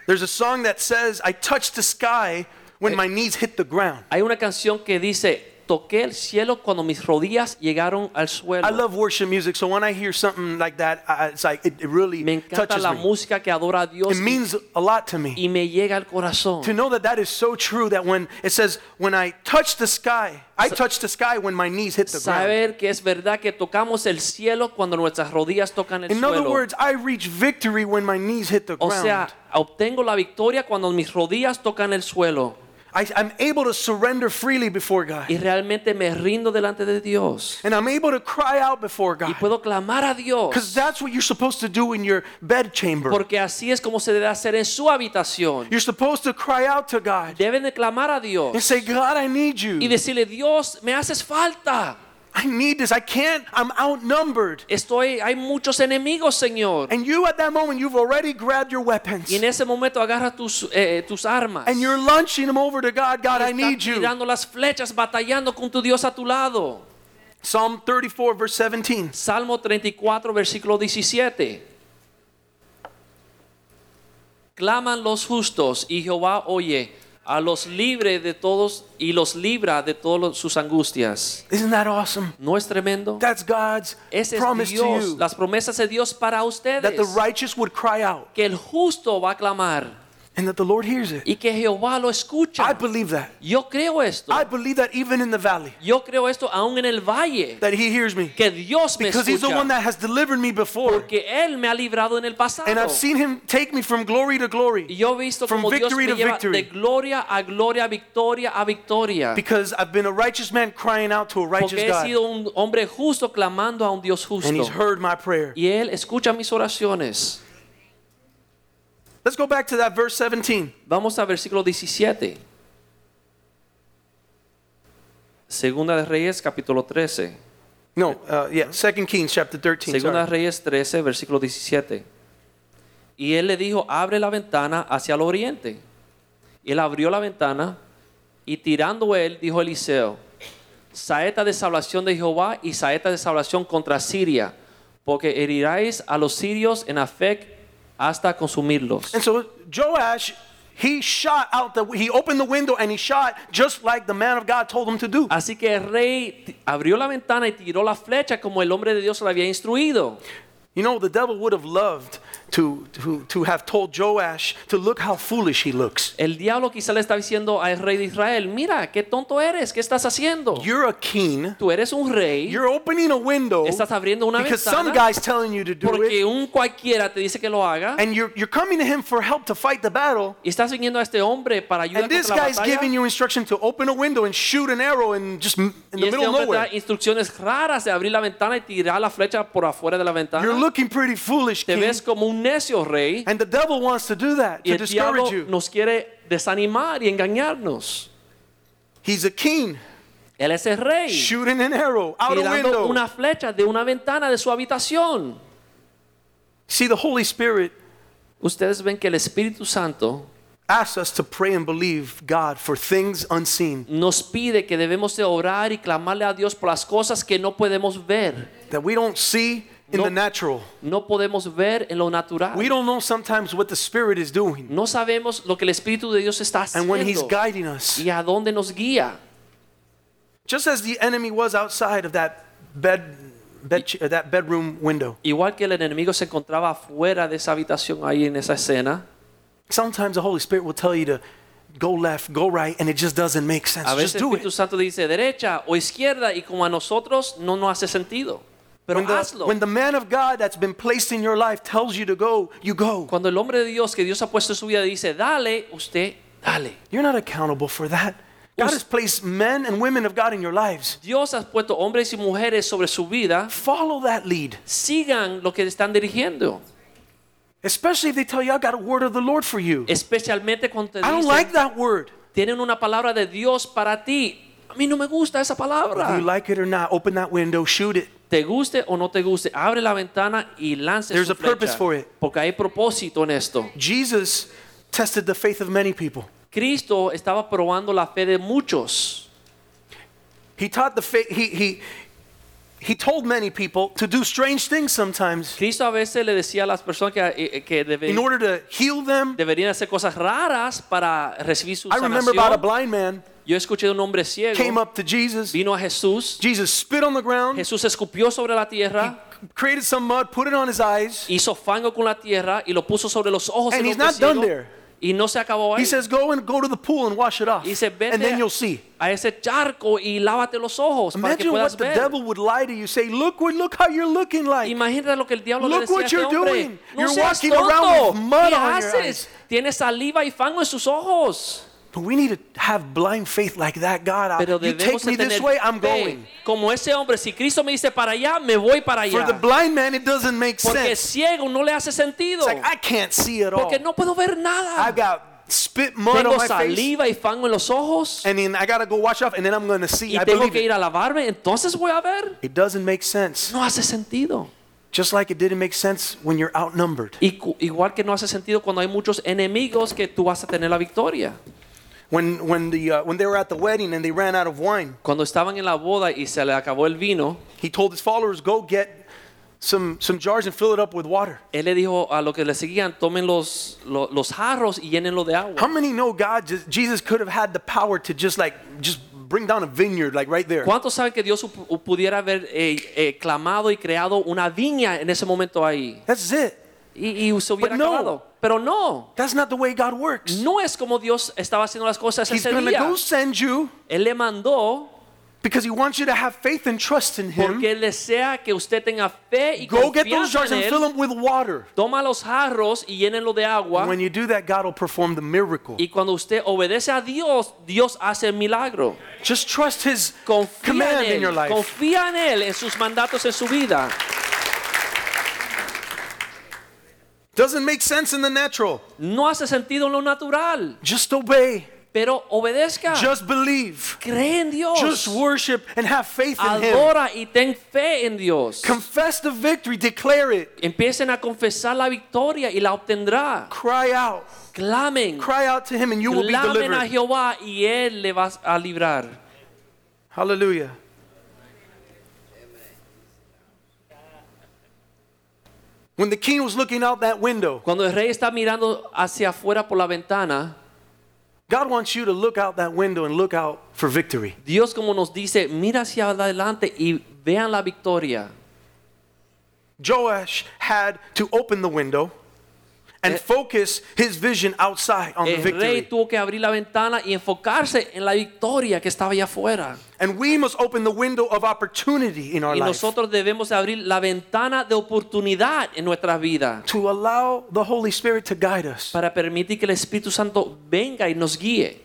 there's a song that says, I touched the sky
Eh.
when my knees hit the ground.
Hay una canción que dice, toqué el cielo cuando mis rodillas llegaron al
I
suelo.
love worship music, so when I hear something like that, I, I- it's like it, it really
Me encanta
touches
la
me.
música que adora a Dios
It
y-
means a lot to me.
y me llega al corazón.
To know that that is so true that when it says, when I touch the sky, I touch the sky when my knees hit the ground.
Saber que es verdad que tocamos el cielo cuando nuestras rodillas tocan el
In other
suelo.
words, I reach victory when my knees hit the
o sea,
ground.
obtengo la victoria cuando mis rodillas tocan el suelo
I, I'm able to surrender freely before God.
y realmente me rindo delante de Dios
And I'm able to cry out before
y
God.
puedo clamar a
Because
Dios
that's what you're supposed to do in your bedchamber.
porque así es como se debe hacer en su habitación.
You're supposed to cry out to God
Deben de clamar a Dios.
and say, God, I need
y
you.
decirle, Dios, me haces falta.
I need this. I can't. I'm outnumbered.
Estoy, hay muchos enemigos, Señor.
And you, at that moment, you've already grabbed your weapons.
Y en ese momento agarra tus, eh, tus armas.
And you're launching them over to God. God, I need you.
Tirando las flechas, batallando con tu Dios a tu lado.
Psalm 34, verse 17.
Salmo 34, versículo 17. Claman los justos y Jehová oye a los libre de todos y los libra de todas sus angustias.
Isn't that awesome?
¿No es tremendo?
That's God's
Ese es
promise to
Dios,
you
las promesas de Dios para ustedes.
that the righteous would cry out
que el justo va a clamar
and that the Lord hears it.
y que Jehová lo
I
escucha.
believe that.
Yo creo esto.
I believe that even in the valley,
Yo creo esto aún en el valle.
that He hears me.
Que Dios me
Because He's the one
escucha.
that has delivered me before.
Porque Él me ha librado en el pasado.
And I've seen Him take me from glory to
Y
glory
yo he visto
from
como Dios
victory
me
to
lleva
victory.
de gloria a gloria, victoria a victoria.
because I've been a righteous man crying out to a righteous
Porque he
God.
sido un hombre justo clamando a un Dios justo.
And He's heard my prayer.
Y Él escucha mis oraciones.
Let's go back to that verse 17.
Vamos al versículo 17. Segunda de Reyes, capítulo 13.
No, uh, yeah, 2 Kings chapter 13.
Segunda
Sorry.
Reyes 13, versículo 17. Y él le dijo, abre la ventana hacia el oriente. Y él abrió la ventana y tirando él, dijo Eliseo, saeta de salvación de Jehová y saeta de salvación contra Siria, porque heriráis a los sirios en Afec hasta consumirlos.
And so Joash, He shot out the, he opened the window and he shot just like the man of God told him to do.
Así que el rey t- abrió la ventana y tiró la flecha como el hombre de Dios lo había instruido.
You know, the devil would have loved to, to, to have told Joash to look how foolish he looks.
El diablo quizá le está diciendo al rey de Israel, mira, qué tonto eres, ¿qué estás haciendo?
You're a king.
Tú eres un rey
You're opening a window
Estás abriendo una
because
ventana
some guy's telling you to do
porque
it.
un cualquiera te dice que lo haga
And you're, you're coming to him for help to fight the battle.
y estás viniendo a este hombre para ayudar
And this
contra la
guy's
batalla.
giving you instruction to open a window and shoot an arrow in just m- in
Y
the
este
middle of
hombre te
nowhere.
da instrucciones raras de abrir la ventana y tirar la flecha por afuera de la
You're
ventana.
looking pretty foolish,
Te
king.
ves como un necio rey
And the devil wants to do that,
y
to
el diablo
discourage you.
nos quiere desanimar y engañarnos.
He's a king,
Él es el rey
shooting an arrow out a
tirando
window.
una flecha de una ventana de su habitación.
See, the Holy Spirit
Ustedes ven que el Espíritu Santo
asks us to pray and believe God for things unseen,
nos pide que debemos de orar y clamarle a Dios por las cosas que no podemos ver.
that we don't see in
No.
the natural.
No podemos ver en lo natural.
We don't know sometimes what the Spirit is doing
No sabemos lo que el Espíritu de Dios está
and when He's
haciendo
guiding us.
y a dónde nos guía.
Just as the enemy was outside of that bed, bed ch- uh, that bedroom window.
Igual que el enemigo se encontraba fuera de esa habitación ahí en esa escena,
Sometimes the Holy Spirit will tell you to go left, go right, and it just doesn't make sense.
a
Just
veces el
do it.
Espíritu Santo dice derecha o izquierda y como a nosotros no nos hace sentido. Pero
When the,
hazlo.
when the man of God that's been placed in your life tells you to go, you go.
Cuando el hombre de Dios que Dios ha puesto en su vida dice dale, usted dale.
You're not accountable for that. God
Us-
has placed men and women of God in your lives.
Dios ha puesto hombres y mujeres sobre su vida,
Follow that lead,
sigan lo que están dirigiendo.
especially if they tell you, I got a word of the Lord for you.
Especialmente cuando te
I don't
dicen,
like that word.
tienen una palabra de Dios para ti. A mí no me gusta esa
Whether
palabra.
you like it or not, open that window, shoot it.
te guste o no te guste, abre la ventana y lance
There's
su
a purpose
flecha,
for it.
Porque hay propósito en esto.
Jesus tested the faith of many people.
Cristo estaba probando la fe de muchos.
He taught the faith, he, he, he told many people to do strange things sometimes
Cristo a veces le decía a las personas que, eh, que debe-
in order to heal them.
deberían hacer cosas raras para recibir su
I remember about a
sanación.
blind man
Yo escuché de un hombre
came
ciego,
up to Jesus.
vino a Jesús,
Jesus spit on the ground,
Jesús escupió sobre la tierra,
created some mud, put it on his eyes.
hizo fango con la tierra y lo puso sobre los ojos del
And he's
hombre
not done
ciego,
there.
y no se acabó ahí.
He says, "Go and go to the pool and wash it off,
Y dice, vete
and then you'll see."
a ese charco y lávate los ojos para que
Imagine
puedas
what the
ver.
devil would lie to you, say, "Look what, look how you're looking like."
Imagínate lo que el diablo
Look
le decía a
what
este
you're
hombre.
doing.
No
You're
seas
walking
tonto.
around with mud
¿Qué
on your
haces?
eyes.
Tienes saliva y fango en sus ojos.
But we need to have blind faith like that. God, I,
Pero
Ah, you
debemos
take
de
me
tener
this way, I'm
fe.
going.
Como ese hombre, si Cristo me dice para allá, me voy para
For
allá.
the blind man, it doesn't make
Porque
sense.
ciego no le hace sentido.
It's like I can't see at all.
Porque no puedo ver
I've
nada.
got spit mud on
Tengo
my face,
saliva y fango en los ojos
and then I gotta go wash off, and then I'm gonna see.
y
I
tengo
believe
que
it.
ir a lavarme, entonces voy a ver.
It doesn't make sense.
No hace sentido.
Just like it didn't make sense when you're outnumbered.
Y cu- igual que no hace sentido cuando hay muchos enemigos que tú vas a tener la victoria.
When, when, the, uh, when they were at the wedding and they ran out of wine,
Cuando estaban en la boda y se le acabó el vino,
he told his followers, Go get some, some jars and fill it up with water.
Él le dijo a los que le seguían, tomen los, lo- los, jarros y llénenlo de agua.
How many know God, just, Jesus could have had the power to just like, just bring down a vineyard, like right there?
¿Cuántos saben que Dios pu- pudiera haber eh, eh, clamado y creado una viña en ese momento ahí?
That's it.
Y, y se hubiera
no.
acabado. Pero no,
That's not the way God works.
no es como Dios estaba haciendo las cosas
He's
ese
going to
día.
go send you
Él le mandó
because he wants you to have faith and trust in him.
porque Él desea que usted tenga fe y
Go get those
confianza
jars and
en
fill 'em.
Él.
them with water.
Toma los jarros y llénenlo de agua.
When you do that, God will perform the miracle.
Y cuando usted obedece a Dios, Dios hace el milagro.
Just trust his
Confía
command in
en
your
Él,
life.
confía en Él, en sus mandatos en su vida.
Doesn't make sense in the natural.
No hace sentido en lo natural,
Just obey.
pero obedezca.
Just believe.
Cree en Dios.
Just worship and have faith in Him.
Adora y ten fe en Dios.
Confess the victory, declare it,
Empiecen a confesar la victoria y la obtendrá.
cry out,
Clamen.
cry out to Him, and you will be
Clamen a
delivered.
Jehová y Él le va a librar.
Hallelujah. When the king was looking out that window,
Cuando el rey está mirando hacia afuera por la ventana,
God wants you to look out that window and look out for victory.
Dios como nos dice, mira hacia adelante y vean la victoria.
Joash had to open the window and
Eh.
focus his vision outside on the
El rey
victory.
tuvo que abrir la ventana y enfocarse en la victoria que estaba allá afuera.
And we must open the window of opportunity in our
Y
life
nosotros debemos abrir la ventana de oportunidad en nuestras vidas
to allow the Holy Spirit to guide us.
para permitir que el Espíritu Santo venga y nos guíe.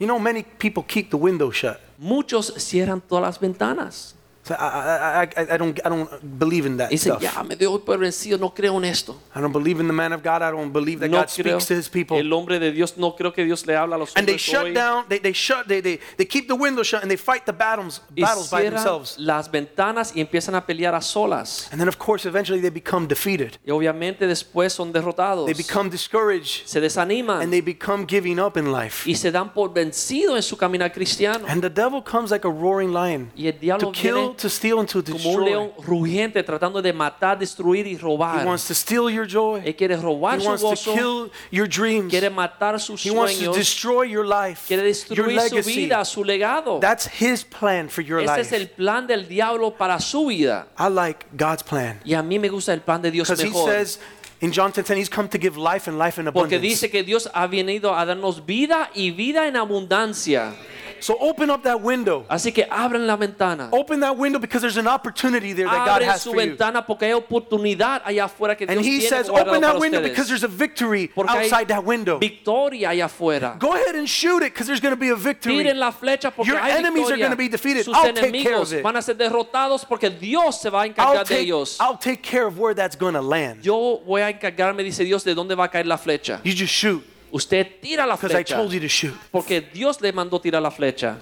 You know, many people keep the window shut.
Muchos cierran todas las ventanas.
So I, I, I, I- I, don't, I don't believe in that
Dicen,
stuff.
ya, me doy por vencido, no creo en esto.
I don't believe in the man of God. I don't believe that
No
God
creo.
speaks to his
El
people.
hombre de Dios no creo que Dios le habla a los
And they
hombres
shut
hoy.
down, they, they shut, they, they, they keep the window shut and they fight the battles,
Y
battles by
cierran
themselves.
las ventanas y empiezan a pelear a solas.
And then, of course, eventually they become defeated.
Y obviamente después son derrotados.
They become discouraged
se
and
desaniman
they become giving up in life.
y se dan por vencido en su caminar cristiano.
And the devil comes like a roaring lion
Y el
to
diablo
kill,
viene
to steal, and to
como un
destroy.
león rugiente tratando de matar, destruir y
He
robar.
wants to steal your joy.
Él quiere robar
He
su
wants to
gozo,
kill your dreams.
quiere matar sus
He wants to
sueños,
destroy your life,
quiere
your
destruir su
legacy.
vida, su legado.
That's his plan for your
Ese es
life.
el plan del diablo para su vida.
I like God's plan
Y a mí me gusta el plan de Dios
because he
mejor.
says in John 10:10 he's come to give life and life in
Porque
abundance.
dice que Dios ha venido a darnos vida y vida en abundancia.
So open up that window.
Así que abran la ventana.
Open that window because there's an opportunity there that God
Abren
has
su
for you.
ventana porque hay oportunidad allá afuera que
And
Dios
he
tiene
says
guardado
open
para
that window
ustedes.
because there's a victory
Porque hay
outside that window.
victoria allá afuera.
Go ahead and shoot it because there's going to be a victory.
Tiren la flecha porque
Your
hay
enemies are
victoria.
gonna be defeated.
Sus
I'll take care of
enemigos
it.
van a ser derrotados porque Dios se va a
I'll
encargar de
take,
ellos.
I'll take care of where that's going to land.
Yo voy a encargarme, dice Dios, de dónde va a caer la flecha.
You just shoot
Usted tira la
because I
flecha
told you to shoot.
porque Dios le mandó tirar la flecha.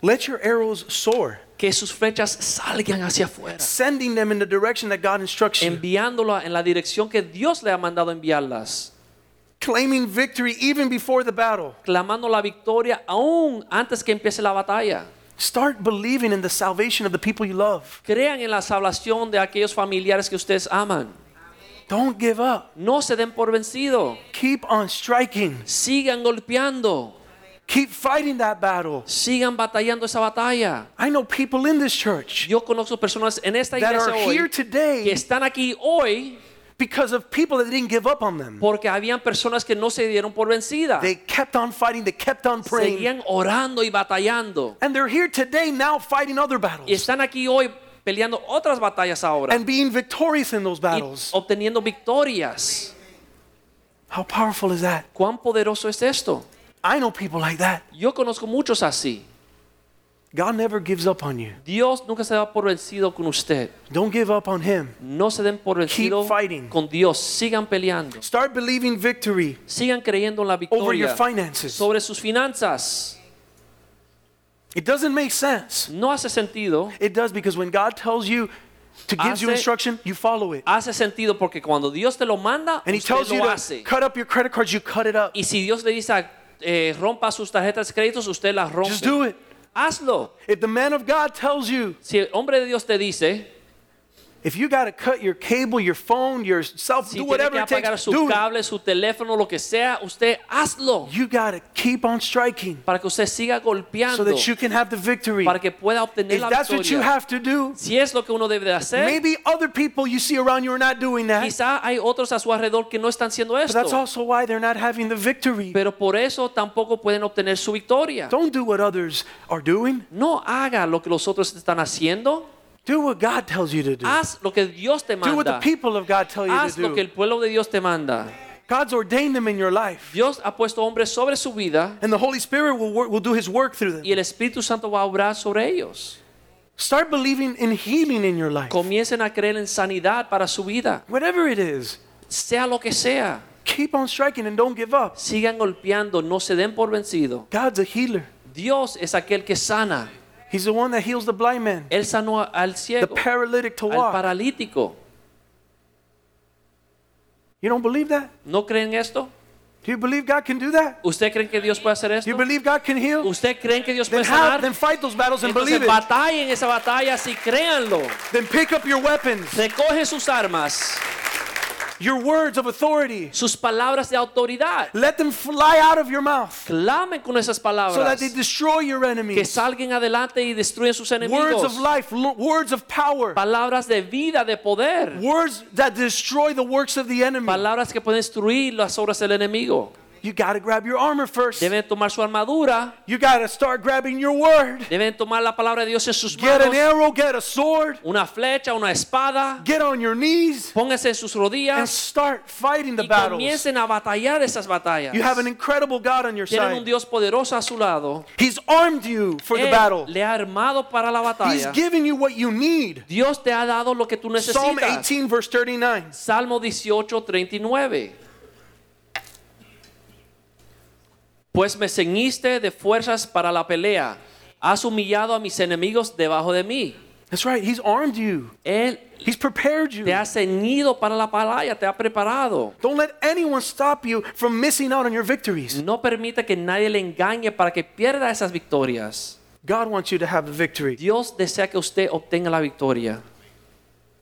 Let your arrows soar,
Que sus flechas salgan hacia afuera,
sending them in the direction that God instructs you,
enviándola en la dirección que Dios le ha mandado enviarlas,
claiming victory even before the battle.
clamando la victoria aún antes que empiece la batalla.
Start believing in the salvation of the people you love.
Crean en la salvación de aquellos familiares que ustedes aman.
Don't give up.
No se den por vencido.
Keep on striking.
Sigan golpeando.
Keep fighting that battle.
Sigan batallando esa batalla.
I know people in this church
Yo conozco personas en esta
that are
iglesia
here
hoy que
today
están aquí hoy
because of people that didn't give up on them.
porque habían personas que no se dieron por vencida.
They kept on fighting, they kept on praying.
Seguían orando y batallando.
And they're here today now fighting other
Y
battles
están aquí hoy peleando otras batallas ahora
and being victorious in those
y oh.
battles.
obteniendo victorias.
How powerful is that?
¿Cuán poderoso es esto?
I know people like that.
Yo conozco muchos así.
God never gives up on you.
Dios nunca se da por vencido con usted.
Don't give up on Him.
No se den por vencido
fighting.
con Dios. Sigan peleando.
Start believing victory
Sigan creyendo en la
over your
victoria
finances.
sobre sus finanzas.
It doesn't make sense.
No hace sentido.
It does because when God tells you to give you
Hace-
instruction, you follow it.
Hace sentido porque cuando Dios te lo manda,
And He
usted
tells you
lo
to
hace.
cut up your credit cards, you cut it up.
Y si Dios le dice eh, rompa sus tarjetas de créditos, usted las rompe.
Just do it.
Hazlo.
If the man of God tells you,
Si el hombre de Dios te dice,
if you got to cut your cable, your phone, your cell,
si
do
tiene
whatever
que
it
apagar
takes,
su
do it.
cable, su teléfono, lo que sea, usted hazlo
You got to keep on striking
para que usted siga
so
golpeando,
that you can have the victory.
para que pueda obtener
If
la
that's what you
victoria.
have to do,
Si es lo que uno debe de hacer,
maybe other people you see around you are not doing that.
quizá hay otros a su alrededor que no están haciendo
But that's
esto,
also why they're not having the victory.
pero por eso tampoco pueden obtener su victoria.
Don't do what others are doing.
No haga lo que los otros están haciendo.
Do what God tells you to do.
Haz lo que Dios te
Do what the
manda.
people of God tell you
Haz
to
lo que
do.
el pueblo de Dios te manda.
God's ordained them in your life.
Dios ha puesto hombres sobre su vida
And the Holy Spirit will, work, will do His work through them.
y el Espíritu Santo va a obrar sobre ellos.
Start believing in healing in your life.
Comiencen a creer en sanidad para su vida,
Whatever it is,
sea lo que sea.
keep on striking and don't give up.
Sigan golpeando, no se den por vencido.
God's a healer.
Dios es aquel que sana.
He's the one that heals the blind man,
Él sanó a- al
the
ciego,
paralytic to
al
walk.
paralítico.
You don't believe that?
¿No creen esto?
Do you believe God can do that?
¿Usted cree que Dios puede hacer
Do you
esto?
believe God can heal?
¿Usted cree que Dios
Then,
puede
have,
sanar?
then fight those battles and believe
Entonces
it.
batallen esa batalla, sí, créanlo.
Then pick up your weapons.
Recoge sus armas.
your words of authority.
sus palabras de autoridad.
Let them fly out of your mouth
Clamen con esas
so that
palabras
they destroy your
que
enemies.
salgan adelante y destruyen sus
Words of
enemigos.
life, lo- words of power,
Palabras de vida, de poder.
words that destroy the works of the enemy.
Palabras que pueden destruir las obras del enemigo.
You got to grab your armor first.
Deben tomar su armadura.
You got to start grabbing your word.
Deben tomar la palabra de Dios en sus
Get an
manos.
arrow, get a sword,
Una flecha, una espada.
get on your knees,
Pónganse en sus
and
rodillas
start fighting the
y
battles.
comiencen a batallar esas batallas.
You have an incredible God on your
Tienen un
side.
Dios poderoso a su lado.
He's armed you for the
Él
battle,
le ha armado para la
He's
batalla.
given you what you need.
Dios te ha dado lo que tú
Psalm
necesitas.
18, verse 39.
Salmo 18, 39. Pues me ceñiste de fuerzas para la pelea. Has humillado a mis enemigos debajo de mí.
That's right, He's armed you,
Él
He's prepared you.
te ha ceñido para la batalla, te ha preparado.
Don't let anyone stop you from missing out on your victories.
No permite que nadie le engañe para que pierda esas victorias.
God wants you to have the victory.
Dios desea que usted obtenga la victoria.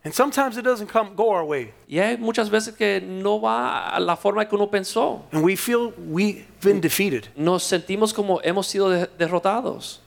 And sometimes it doesn't come go our way.
Y hay muchas veces que no va a la forma que uno pensó.
And we feel we've been defeated.
Nos sentimos como hemos sido de- derrotados.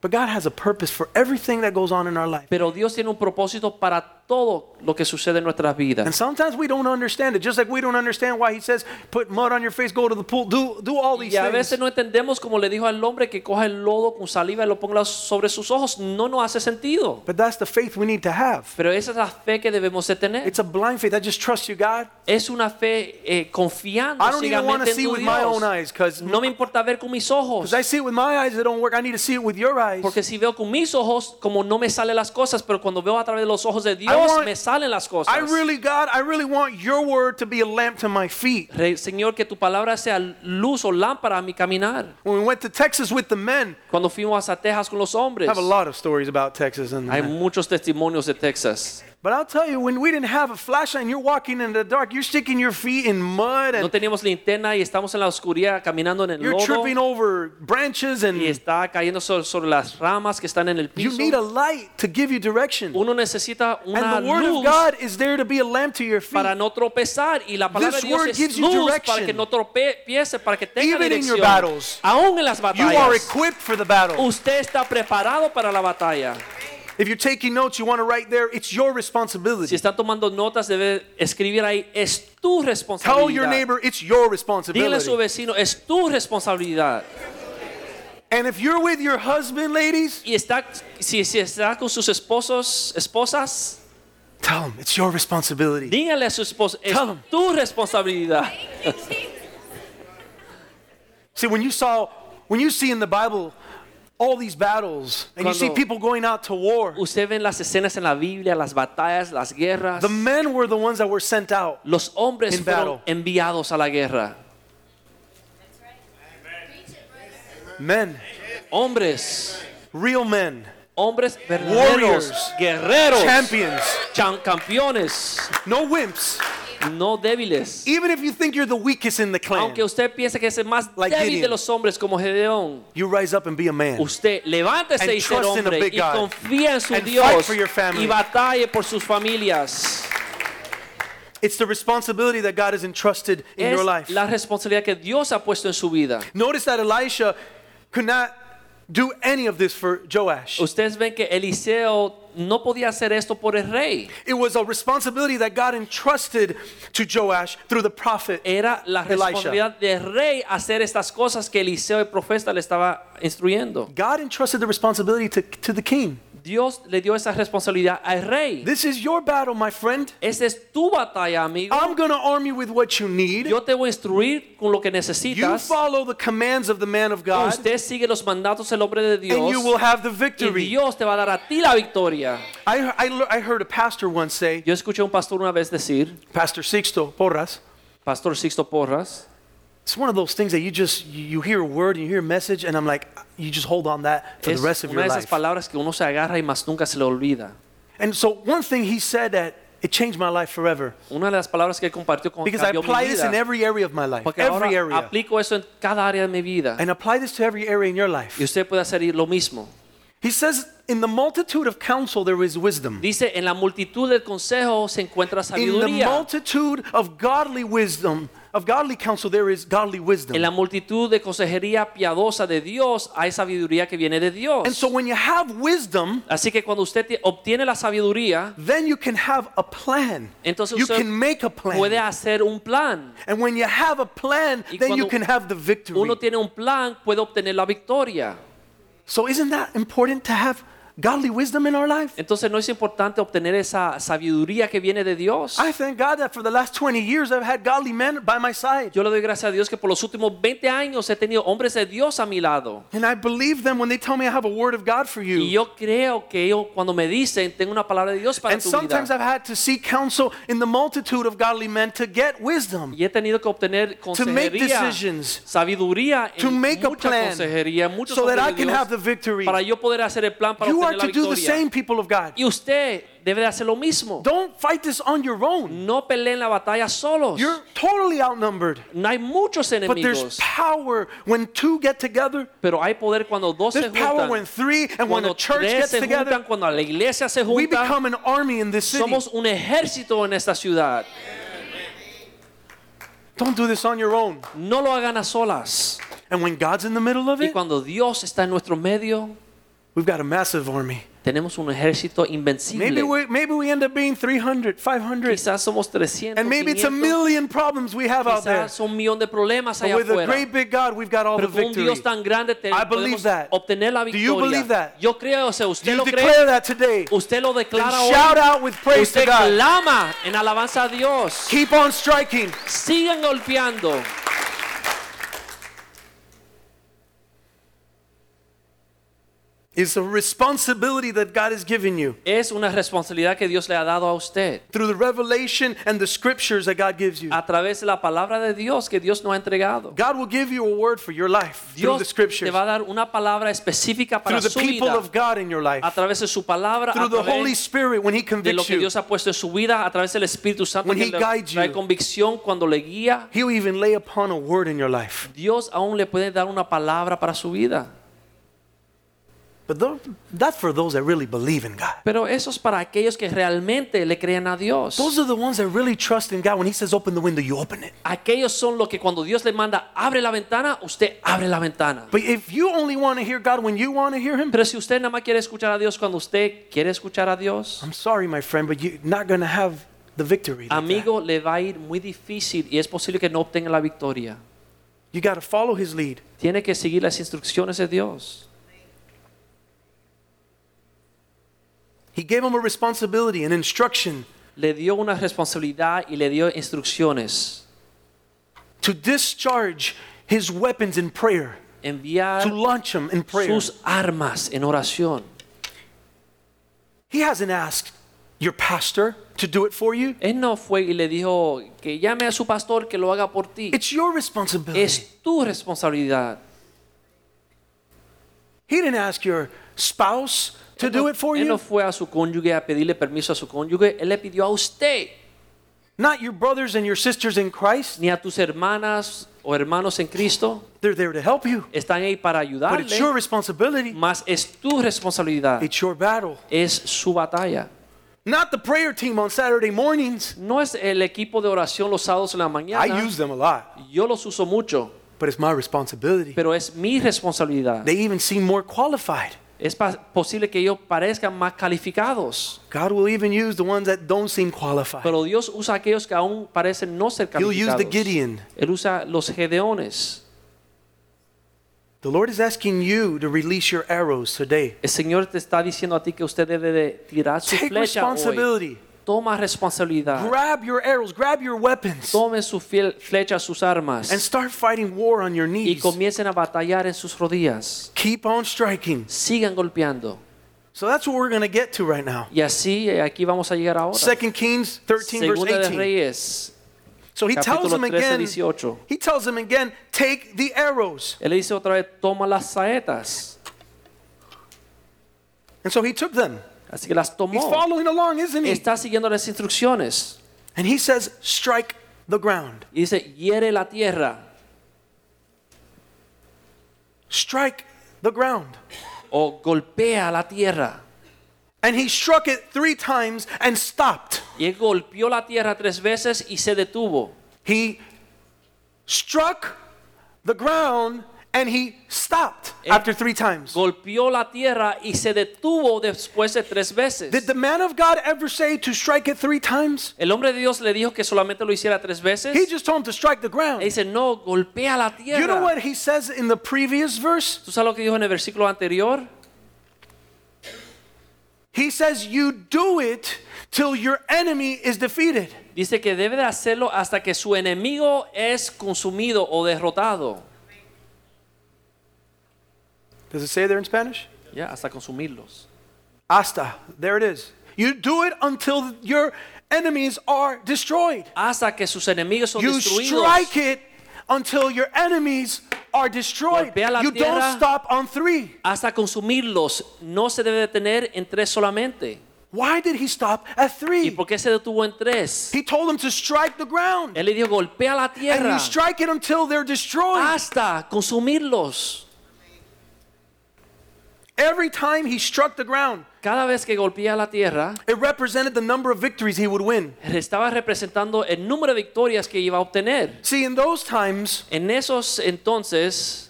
But God has a purpose for everything that goes on in our life.
Pero Dios tiene un propósito para todo lo que sucede en nuestras
And
vidas.
sometimes we don't understand it. Just like we don't understand why he says, put mud on your face, go to the pool, do, do all these
Y a veces
things.
no entendemos, como le dijo al hombre que coja el lodo con saliva y lo ponga sobre sus ojos, no nos hace sentido.
But that's the faith we need to have.
Pero esa es la fe que debemos de tener.
It's a blind faith. I just trust you, God.
Es una fe eh, confiando
I don't even want
ciegamente
to
en
see
tu
with my
Dios.
own eyes because
No me importa ver con mis ojos,
I see it with my eyes, it don't work. I need to see it with your eyes.
porque si veo con mis ojos, como no me salen las cosas, pero cuando veo a través de los ojos de Dios,
want-
me salen las cosas.
I really, God, I really want your word to be a lamp to my feet.
Re- Señor, que tu palabra sea luz o lámpara a mi caminar.
When we went to Texas with the men,
Cuando fuimos a Texas con los hombres,
I have a lot of stories about Texas and the
Hay
men.
muchos testimonios de Texas.
But I'll tell you, when we didn't have a flashlight and you're walking in the dark, you're sticking your feet in mud
No
and
teníamos linterna y estamos en la oscuridad caminando en el
you're tripping
lodo
over branches
y
and
está cayendo so- sobre, las ramas que están en el
you
piso.
need a light to give you direction.
Uno necesita una
And the word of
luz
God is there to be a lamp to your
para
feet.
no tropezar y la palabra
This
de Dios
word gives
es
you
luz
direction.
para que no tropiece, para que tenga
Even in your
dirección.
battles,
Aún en las
You are
batallas,
equipped for the battle.
usted está preparado para la batalla.
If you're taking notes, you want to write there, it's your
Si
responsibility.
está tomando notas, debe escribir ahí, es tu
Tell your
responsabilidad.
neighbor it's your
Dile a su
responsibility.
vecino, es tu responsabilidad.
And if you're with your husband, ladies,
y está si, si está con sus esposos esposas
tell him it's your responsibility.
dígale a su esposo es
Tell 'em.
tu responsabilidad
See, when you saw, when you see in the Bible all these battles, and you see
Cuando-
people going out to war,
usted ve las escenas en la Biblia las batallas las guerras
the men were the ones that were sent out.
los hombres
in
fueron
battle.
enviados a la guerra
Men,
hombres
real men,
hombres verdaderos
Warriors.
guerreros
champions,
chan- campeones
no wimps.
no débiles
Even if you think you're the weakest in the clan,
aunque usted piense que es el más
Like
débil de
Gideon.
los hombres como Gedeón
you rise up and be a man.
Usted levántese
And
y ser
trust in a
hombre
big
y
God.
confía en su
And fight
Dios
for your family.
y batalle por sus familias.
It's the responsibility that God has entrusted in
es
your life.
la responsabilidad que Dios ha puesto en su vida.
Notice that Elisha could not do any of this for Joash.
Ustedes ven que Eliseo no podía hacer esto por el rey.
It was a responsibility that God entrusted to Joash through the prophet.
Era la
Elisha.
responsabilidad del rey hacer estas cosas que Eliseo el profeta le estaba instruyendo.
God entrusted the responsibility to, to the king.
Dios le dio esa responsabilidad al rey.
This is your battle, my friend.
Esa es tu batalla, amigo.
I'm going to arm you with what you need.
Yo te voy a instruir con lo que
Oh, You
necesitas.
follow the commands of the man of God,
Usted sigue los mandatos del hombre de
and
Dios.
you will have the
Y
victory.
Dios te va a dar a ti la victoria.
I, I, le- I heard a pastor once say,
Yo escuché a un pastor una vez decir,
Pastor Sixto Porras,
Pastor Sixto Porras,
it's one of those things that you just, you you hear a word, and you hear a message, and I'm like, you just hold on that for
es
the rest of
una
your
de esas
life.
palabras que uno se agarra y más nunca se le olvida.
And so one thing he said that it changed my life forever
Una de las palabras que él compartió con
because I
cambió mi
apply this in
vida.
every area of my life,
Porque ahora
every area,
aplico eso en cada área de mi vida.
and apply this to every area in your life.
Y usted puede hacer lo mismo.
He says, In the multitude of counsel there is wisdom.
Dice, en la multitud del consejo se
In
encuentra
the
sabiduría.
multitude of godly wisdom, of godly counsel, there is godly wisdom.
En la multitud de consejería piadosa de Dios hay sabiduría que viene de Dios.
And so when you have wisdom,
Así que cuando usted tie- obtiene la sabiduría,
then you can have a plan.
Entonces
you
usted
can make a plan.
puede hacer un plan.
And when you have a plan,
Y
then
cuando
you can have the victory.
Uno tiene un plan, puede obtener la victoria.
So isn't that important to have godly wisdom in our life?
Entonces no es importante obtener esa sabiduría que viene de Dios.
I thank God that for the last 20 years I've had godly men by my side.
Yo le doy gracias a Dios que por los últimos 20 años he tenido hombres de Dios a mi lado.
And I believe them when they tell me I have a word of God for
Y
you.
yo creo que ellos cuando me dicen, tengo una palabra de Dios para
And
tu vida.
sometimes I've had to seek counsel in the multitude of godly men to get wisdom.
Y he tenido que obtener
make
consejería,
decisions.
sabiduría, en
To make a
mucha
plan.
consejería, muchos
So that
hombres
I
de
can
Dios,
have the victory.
para yo poder hacer el plan para
You are
obtener la
to do the
victoria.
same, people of God.
Y usted debe de hacer lo mismo.
Don't fight this on your own.
No peleen la batalla solos.
You're totally outnumbered.
No hay muchos
But there's
enemigos,
power when two get together.
pero hay poder cuando dos se
There's power
juntan.
when three and when
Cuando
a church
tres
gets
se juntan,
together.
cuando la iglesia se
We
junta,
become an army in this city.
somos un ejército en esta ciudad.
Don't do this on your own.
No lo hagan a solas.
And when God's in the middle of
Y
it,
cuando Dios está en nuestro medio,
we've got a massive army.
tenemos un ejército
Maybe
invencible.
we, maybe we end up being 300, 500,
Quizás somos 300,
and maybe it's a
500,
million problems we have out there.
Quizás un millón de problemas allá
But with a
afuera.
great big God, we've got all the
Pero con un
victory.
Dios tan grande te-
I
podemos
believe that.
obtener la
Do you believe
victoria.
that?
Yo creo, o sea, usted
Do
lo
you
cree,
declare that today?
usted lo
Then
declara
shout
hoy.
out with praise to
Usted
God.
clama en alabanza a Dios.
Keep on striking.
Sigan golpeando.
It's a responsibility that God has given you
Es una responsabilidad que Dios le ha dado a usted
through the revelation and the scriptures that God gives you.
a través de la palabra de Dios que Dios nos ha entregado.
God will give you a word for your life through the
Dios te
scriptures,
va a dar una palabra específica para
through the
su
people
vida
of God in your life,
a través de su palabra, a
through the
través
Holy Spirit when He
de lo
convicts
que
you.
Dios ha puesto en su vida a través del Espíritu Santo
When
que
he
le
guides
trae
you.
convicción cuando le guía.
He'll even lay upon a word in your life.
Dios aún le puede dar una palabra para su vida.
But tho- that's for those that really believe in God.
Pero eso es para aquellos que realmente le crean a Dios.
Those are the ones that really trust in God. When He says open the window, you open it.
Aquellos son los que cuando Dios le manda abre la ventana, usted abre la ventana.
But if you only want to hear God when you want to hear Him,
Pero si usted nada más quiere escuchar a Dios cuando usted quiere escuchar a Dios,
I'm sorry, my friend, but you're not going to have the victory. like that.
amigo, le va a ir muy difícil y es posible que no obtenga la victoria.
You got to follow His lead.
Tiene que seguir las instrucciones de Dios.
He gave him a responsibility, an instruction
Le dio una responsabilidad y le dio instrucciones.
to discharge His weapons in prayer,
Enviar
to launch them in prayer.
sus armas en oración.
He hasn't asked your pastor to do it for you.
Él no fue y le dijo que llame a su pastor que lo haga por ti.
It's your responsibility.
Es tu responsabilidad.
He didn't ask your spouse to
Él
do
no-
it for
él no
you,
fue a su cónyuge a pedirle permiso a su cónyuge. Él le pidió a usted,
not your brothers and your sisters in Christ.
ni a tus hermanas o hermanos en Cristo.
They're there to help you,
Están ahí para
but
ayudarle.
it's your responsibility.
Mas es tu responsabilidad.
It's your battle.
Es su batalla.
Not the prayer team on Saturday mornings.
No es el equipo de oración los sábados en la
I
mañana.
use them a lot,
Yo los uso mucho,
but it's my responsibility.
pero es mi responsabilidad.
They even seem more qualified.
Es pa- posible que ellos parezcan más calificados.
God will even use the ones that don't seem qualified.
Pero Dios usa a aquellos que aún parecen no ser
He'll use
calificados.
the Gideon.
Él usa los gedeones.
The Lord is asking you to release your arrows today.
El Señor te está diciendo a ti que usted debe de tirar su
Take
flecha hoy.
responsibility.
Toma responsabilidad.
Grab your arrows, grab your weapons,
Tome su fiel flecha, sus
and
armas
start fighting war on your
y
knees.
comiencen a batallar en sus rodillas.
Keep on striking.
Sigan golpeando.
So that's what we're going to get to right now.
Y así eh, aquí vamos a llegar ahora.
2 Kings 13, verse
Segunda de
18.
Reyes.
So he tells
capítulo
them
13,
again,
18.
he tells them again, take the arrows.
Él le dice otra vez, toma las saetas.
And so he took them.
Así que las
He's
tomó.
following along, isn't he?
Está siguiendo las instrucciones.
And he says, strike the ground.
Y dice, hiere la tierra.
Strike the ground.
o golpea la tierra.
And he struck it three times and stopped.
Y él golpeó la tierra tres veces y se detuvo.
He struck the ground and he stopped
Eh.
after three times.
Golpeó la tierra y se detuvo después de tres veces.
Did the man of God ever say to strike it three times?
El hombre de Dios le dijo que solamente lo hiciera tres veces.
He just told him to strike the
Él
ground.
dice, no, golpea la tierra.
You know what he says in the previous verse?
¿Tú sabes lo que dijo en el versículo anterior?
He says, You do it till your enemy is defeated.
Dice que debe de hacerlo hasta que su enemigo es consumido o derrotado.
Does it say there in Spanish?
Ya, hasta consumirlos.
Hasta. There it is. You do it until your enemies are destroyed.
Hasta que sus enemigos son
You
destruidos.
strike it until your enemies are destroyed.
Golpea la
You
tierra.
don't stop on three.
Hasta consumirlos. No se debe detener en tres solamente.
Why did he stop at
¿Y
three?
por qué se detuvo en tres?
He told them to strike the ground.
Él le dijo, golpea la
And
tierra Ah.
you strike it until they're destroyed.
hasta consumirlos.
Every time he struck the ground,
Cada vez que golpea la tierra,
it represented the number of victories he would win.
estaba representando el número de victorias que iba a obtener.
See, in those times,
En esos entonces,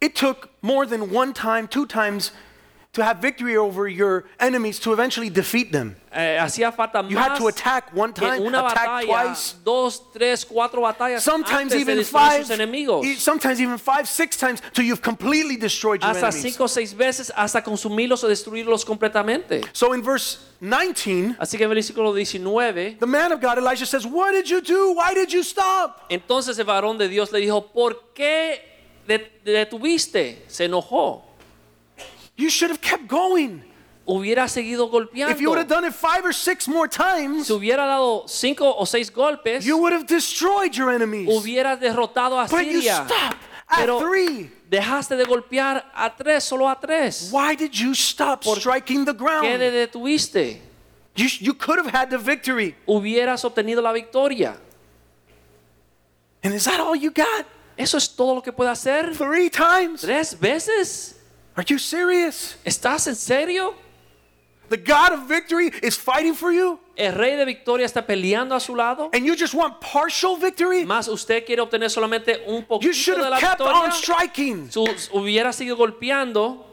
it took more than one time, two times to have victory over your enemies to eventually defeat them.
eh, hacía falta
You
más
had to attack one
que
time,
una
attack
batalla,
twice.
dos, tres, cuatro batallas,
Sometimes
antes de
even
destruir
five,
sus enemigos,
e- sometimes even five, six times till you've completely destroyed your
hasta
enemies.
cinco o seis veces, hasta consumirlos o destruirlos completamente.
So in verse 19,
Así que en el versículo 19,
the man of God Elijah says, "What did you do? Why did you stop?"
entonces el varón de Dios le dijo, ¿por qué det- detuviste? Se enojó.
You should have kept going.
Hubiera seguido golpeando.
If you would have done it five or six more times,
si hubiera dado cinco o seis golpes,
you would have destroyed your enemies.
hubieras derrotado a
But you
Siria.
stop at
Pero
three.
dejaste de golpear a tres, solo a tres.
Why did you stop
¿Por
striking the
¿Qué te
ground?
detuviste?
You, sh- you could have had the victory.
Hubieras obtenido la victoria.
And is that all you got?
¿Eso es todo lo que puede hacer?
Three times?
¿Tres veces?
Are you serious?
¿Estás en serio?
The God of victory is fighting for you?
¿El rey de victoria está peleando a su lado?
And you just want partial victory?
¿Más usted quiere obtener solamente un
You
poquito
should
de la
have kept on
victoria?
striking.
Si hubiera seguido golpeando,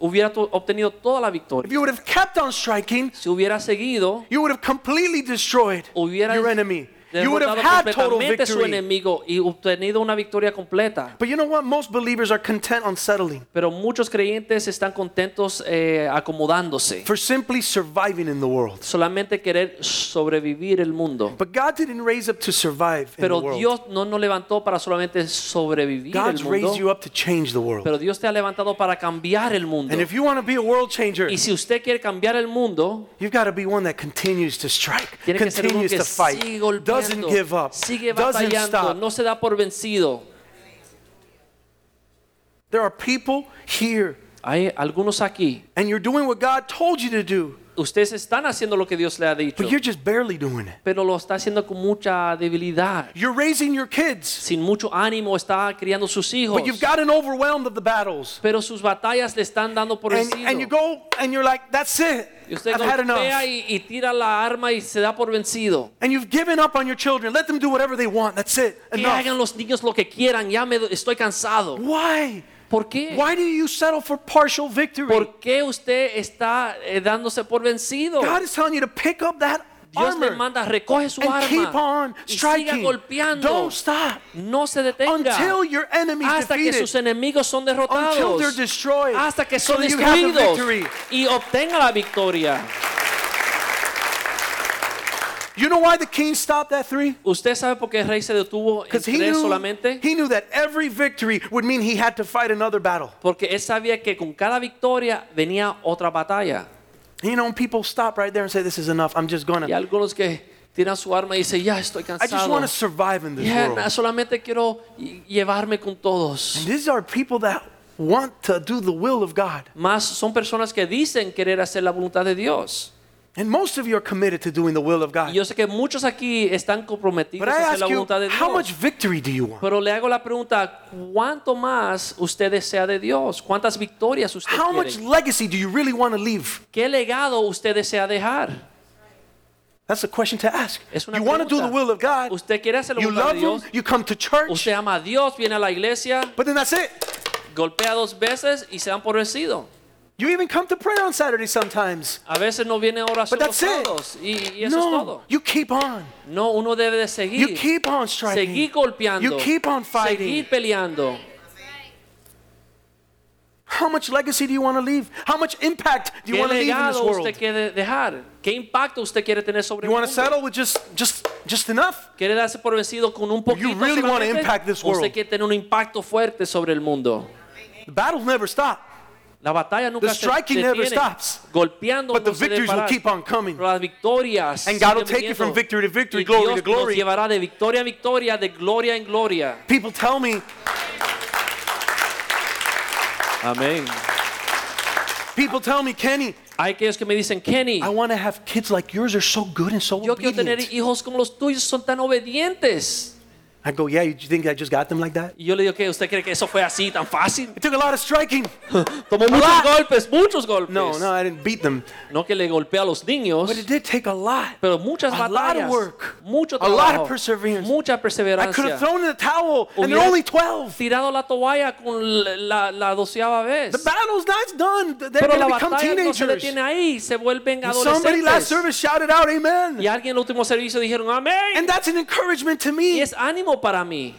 hubiera tu- obtenido toda la
If
victoria.
you would have kept on striking,
Si hubiera seguido,
you would have completely destroyed
hubiera
your enemy. You would have
derrotado
had total
completamente su
victory.
enemigo y obtenido una victoria completa.
But you know what? Most believers are content on settling
Pero muchos creyentes están contentos eh, acomodándose.
for simply surviving in the world.
solamente querer sobrevivir el mundo.
But God didn't raise up to survive in the
Pero
world.
Dios no nos levantó para solamente sobrevivir
God's
el mundo.
raised you up to change the world.
Pero Dios te ha levantado para cambiar el mundo.
And if you want to be a world changer,
Y si usted quiere cambiar el mundo,
you've got to be one that continues to strike,
tiene que ser uno que
continues to fight,
sigue golpeando,
doesn't give up,
sigue
doesn't
batallando,
stop.
no se da por vencido.
There are people here,
Hay algunos aquí,
and you're doing what God told you to do,
ustedes están haciendo lo que Dios le ha dicho,
but you're just barely doing it.
pero lo está haciendo con mucha debilidad,
You're raising your kids,
sin mucho ánimo, está criando sus hijos,
but you've gotten overwhelmed of the battles.
pero sus batallas le están dando por
And,
vencido.
and you go and you're like, that's it.
Y usted
I've had
golpea
enough.
y, y tira la arma y se da por vencido.
And you've given up on your children. Let them do whatever they want. That's it.
Que
Enough.
hagan los niños lo que quieran, ya me estoy cansado.
Why?
¿Por qué?
Why do you settle for partial victory?
¿Por qué usted está eh, dándose por vencido?
God is telling you to pick up that
Dios le
armor
manda, recoge su
and keep
arma
on
y siga
striking.
golpeando.
Don't stop
No se detenga
until your enemy is
hasta que sus
defeated.
enemigos son
Until they're
derrotados,
destroyed,
hasta que
so
son
that you have the
destruidos
victory.
y obtenga la victoria.
You know why the king stopped at three?
¿Usted sabe por qué el rey se detuvo en
Because he
tres
knew,
solamente?
he knew that every victory would mean he had to fight another battle.
Porque él sabía que con cada victoria venía otra batalla.
You know, and people stop right there and say, This is enough. I'm just going
Y
to.
algunos que tiran su arma y dicen, ya estoy
I just
cansado.
want to survive in this
Ya,
world.
na- solamente quiero ll- llevarme con todos.
These are people that want to do the will of God.
Más son personas que dicen querer hacer la voluntad de Dios.
And most of you are committed to doing the will of
Y
God.
yo sé que muchos aquí están comprometidos
But
a
I
hacer
ask
la
you,
voluntad de
how much
Dios.
victory do you want?
Pero le hago la pregunta, ¿cuánto más usted desea de Dios? ¿Cuántas victorias usted
How much
quiere?
legacy do you really want to leave?
¿Qué legado usted desea dejar?
That's a question to ask.
Es una
You want to do the
pregunta.
will of God.
Usted quiere hacer la
You
voluntad
love
de
Him.
Dios.
You come to church.
Usted ama a Dios, viene a la iglesia,
But then that's it.
golpea dos veces y se dan por vencido.
You even come to prayer on Saturday sometimes.
A veces no viene oración
But
los
that's it.
sábados y, y eso es
No,
todo.
you keep on.
No, uno debe de
You
seguir,
keep on striking.
seguir golpeando,
You keep on fighting.
seguir peleando.
How much legacy do you want to leave? How much impact do you
¿Qué
want to leave in this
legado
world?
usted quiere dejar? ¿Qué impacto usted quiere tener sobre
You
el
want
mundo?
to settle with just just just enough?
¿Quiere darse por vencido con un poquito
really wanna
solamente?
impact this
¿O
world?
Usted quiere tener un impacto fuerte sobre el mundo.
The battles never stop.
La batalla nunca
The
se
striking
detiene.
never stops.
Golpeando
But the
no se debe
victories will
parar.
keep on coming.
Pero las victorias
And God will
siguen
take you from
viniendo.
victory to victory,
Y
glory
Dios
to glory.
nos llevará de victoria en victoria, de gloria en gloria.
People tell me,
Amén.
people tell me, Kenny,
Hay aquellos que me dicen, Kenny,
I want to have kids like yours are so good and so
yo quiero tener
obedient.
hijos como los tuyos, son tan obedientes.
I go, yeah, you think I just got them like that?
Y yo le digo, ¿qué? ¿Usted cree que eso fue así, tan fácil?
It took a lot of striking.
Tomó muchos
lot.
golpes, muchos golpes.
No, no, I didn't beat them.
No que le golpea a los niños.
But it did take a lot.
Pero muchas
A lot of
batallas,
work.
mucho
A lot of
trabajo,
perseverance.
mucha
I could have
perseverancia.
thrown in the towel, and they're
Hubiera
only 12.
Tirado la toalla con la, la, la doceava vez.
The battle's not done. They're
Pero
going
la
to become
batalla no se
teenagers.
detiene ahí, se vuelven
And somebody last
adolescentes.
service shouted out,
Y
Amen.
alguien en el último servicio dijeron, amén.
And that's an encouragement to
Y
me
es ánimo para mí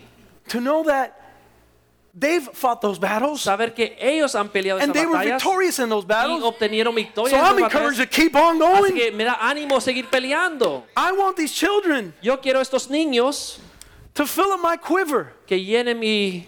to know that they've fought those battles
saber que ellos han peleado
and they
esas
were
batallas
victorious in those
y
battles.
obtenieron victoria.
So
en esas
I'm
batallas.
encouraged to keep on
Así
going.
que me da ánimo seguir peleando.
I want these children
Yo quiero a estos niños
to fill up my quiver
que llenen mi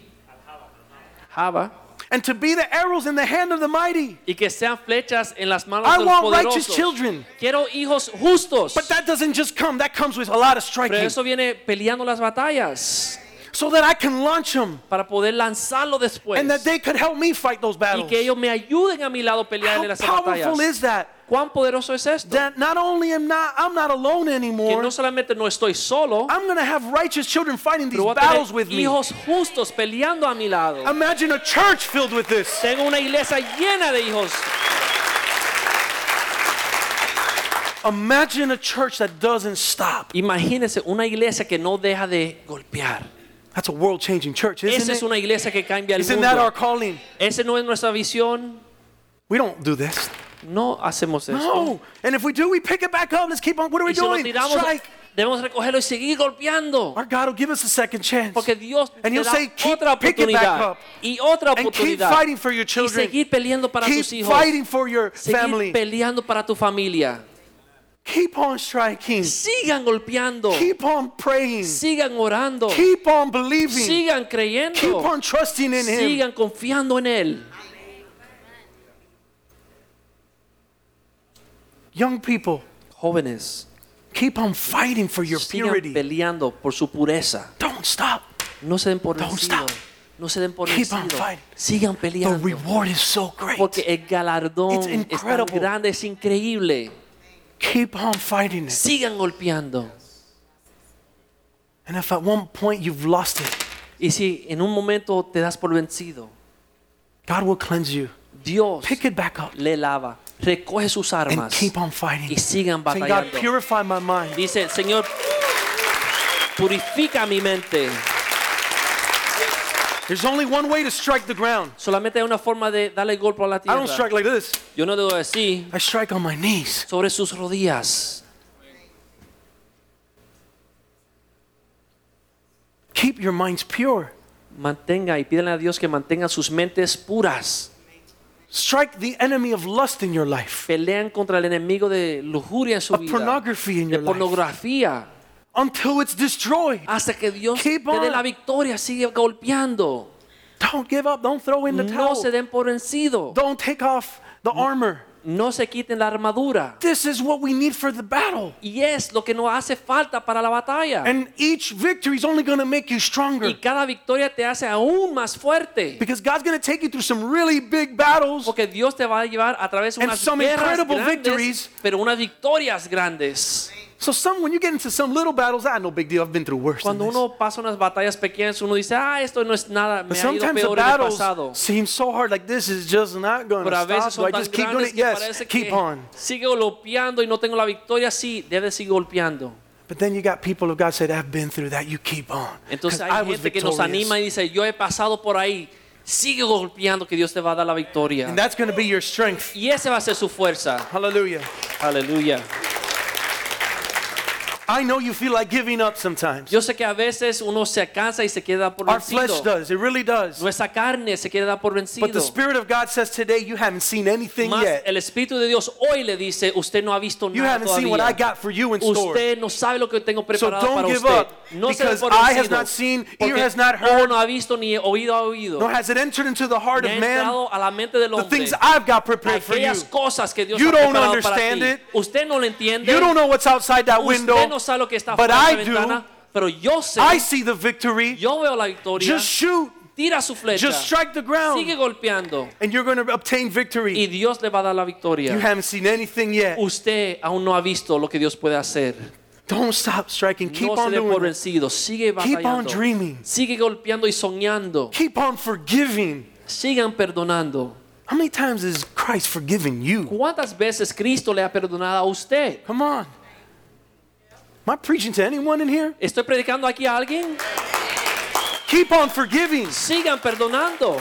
java
and to be the arrows in the hand of the mighty.
y que sean flechas en las manos
I
de los
want righteous
poderosos.
children.
Quiero hijos justos.
But that doesn't just come, that comes with a lot of
Pero
striking
eso viene peleando las batallas
so that I can launch them
para poder lanzarlo después
and that they could help me fight those
y
battles.
que ellos me ayuden a mi lado a pelear
How
en las batallas.
powerful is that?
¿Cuán poderoso es esto?
That not only am not I'm not alone
Que
anymore,
no solamente no estoy solo,
I'm going to have righteous children fighting these
pero voy a
battles with
tener
me.
hijos justos peleando a mi lado.
Imagine a church filled with this.
Tengo una iglesia llena de hijos.
Imagine a church that doesn't stop.
Imagínense una iglesia que no deja de golpear.
That's a world changing church,
Esa es
isn't it?
una iglesia que cambia el
Isn't that our
mundo.
calling?
Esa no es nuestra visión.
We don't do this.
No hacemos eso.
No. And if we do, we pick it back up. Let's keep on. What are we
Y si lo
doing?
tiramos,
Strike.
debemos recogerlo y seguir golpeando.
Our God will give us a second chance.
Porque Dios
And
te
he'll
da
say, "Keep-
otra
pick it back
oportunidad
up."
y otra
And keep
oportunidad
fighting for your
y
children.
seguir peleando para
Keep
tus hijos,
fighting for your
seguir
family.
peleando para tu familia.
Keep on striking.
Sigan golpeando,
Keep on praying.
sigan orando,
Keep on believing.
sigan creyendo,
Keep on trusting in Him.
sigan confiando en él.
Young people,
Jóvenes,
keep on fighting for your
sigan
purity.
peleando por su pureza.
Don't stop.
No se den por
Don't
vencido.
stop.
No se den por
Keep on
vencido.
fighting.
Sigan
The
peleando
reward is so
porque
great.
el galardón
It's
es tan
incredible.
grande, es increíble.
Keep on fighting it.
Sigan golpeando.
And if at one point you've lost it,
Y si en un momento te das por vencido,
God will cleanse you.
Dios
Pick it back up
le lava, recoge sus
and
armas
keep on fighting.
y
Saying,
sigan
God,
batallando.
purify my mind.
Dice, Señor, purifica mi mente.
There's only one way to strike the ground.
Solamente hay una forma de darle el golpe a la
I don't strike
tierra.
like this.
Yo no debo decir
I strike on my knees.
sobre sus rodillas.
Keep your minds pure.
Mantenga y pídanle a Dios que mantenga sus mentes puras.
Strike the enemy of lust in your life,
Pelean contra el enemigo de lujuria en su
of
vida,
pornography in
de
your life,
pornografía,
until it's destroyed.
hasta que Dios te
Keep
dé
on.
la victoria. Sigue golpeando.
Don't give up. Don't throw in the
No se
towel.
den por vencido.
Don't take off the armor.
No se quiten la armadura.
This is what we need for the battle.
Y es lo que nos hace falta para la batalla.
And each victory is only going to make you stronger
y cada victoria te hace aún más fuerte.
because God's going to take you through some really big battles.
Porque Dios te va a llevar a través de
And
unas
some
guerras
incredible
grandes,
victories.
pero unas victorias grandes.
So some when you get into some little battles, ah, no big deal. I've been through worse. Than
Cuando
this.
uno pasa unas batallas pequeñas, uno dice, ah, esto no es nada, me
But
ha ido
sometimes the
peor en el pasado.
battles seem so hard. Like this is just not going
Pero a
to stop. Do
veces son
I
tan
just keep doing
grandes
it?
que
Yes,
parece
keep
que
on.
sigue golpeando y no tengo la victoria. Sí, debes seguir golpeando.
But then you got people of God said, I've been through that. You keep on. 'Cause
Entonces
I
hay
was
gente que nos anima
victorious.
y dice, yo he pasado por ahí. Sigue golpeando que Dios te va a dar la victoria.
And that's going to be your strength.
Y esa va a ser su fuerza.
Hallelujah.
Aleluya.
I know you feel like giving up sometimes.
Yo sé que a veces uno se cansa y se queda por
Our flesh
vencido.
does. It really does.
Nuestra carne se queda
But
por
the
vencido.
Spirit of God says today, you haven't seen anything
Mas
yet.
el Espíritu de Dios hoy le dice, usted no ha visto
You
nada
haven't seen what I
todavía.
got for you in store.
Usted no sabe lo que tengo
So
preparado
don't
para
give
usted.
up
no se dé
because
por
eye has
vencido,
not seen, ear
porque
has not
ojo
heard,
no ha visto ni oído ha oído.
Nor has it entered into the heart
Ni ha
of man
entrado a la mente del
the
hombre.
things I've got prepared for you.
Aquellas cosas que Dios
You
ha
don't
preparado para
understand
ti.
it.
Usted no lo entiende.
You don't know what's outside that window,
usted no sabe lo que está
but
fuera de
I
la
do.
ventana, pero yo sé.
I see the victory.
yo veo la victoria.
Just shoot,
Tira su flecha.
just strike the
Sigue
ground,
golpeando
and you're going to obtain
y
victory.
Dios le va a dar la
You
victoria.
haven't seen anything yet.
Usted aún no ha visto lo que Dios puede hacer.
Don't stop striking. Keep
no se
on
dé por
doing it.
vencido. Sigue batallando.
dreaming.
Sigue golpeando y soñando.
Keep on forgiving.
Sigan perdonando.
How many times has Christ forgiven you?
¿Cuántas veces Cristo le ha perdonado a usted?
Come on. Am I preaching to anyone in here?
¿Estoy predicando aquí a alguien?
Keep on forgiving.
Sigan perdonando.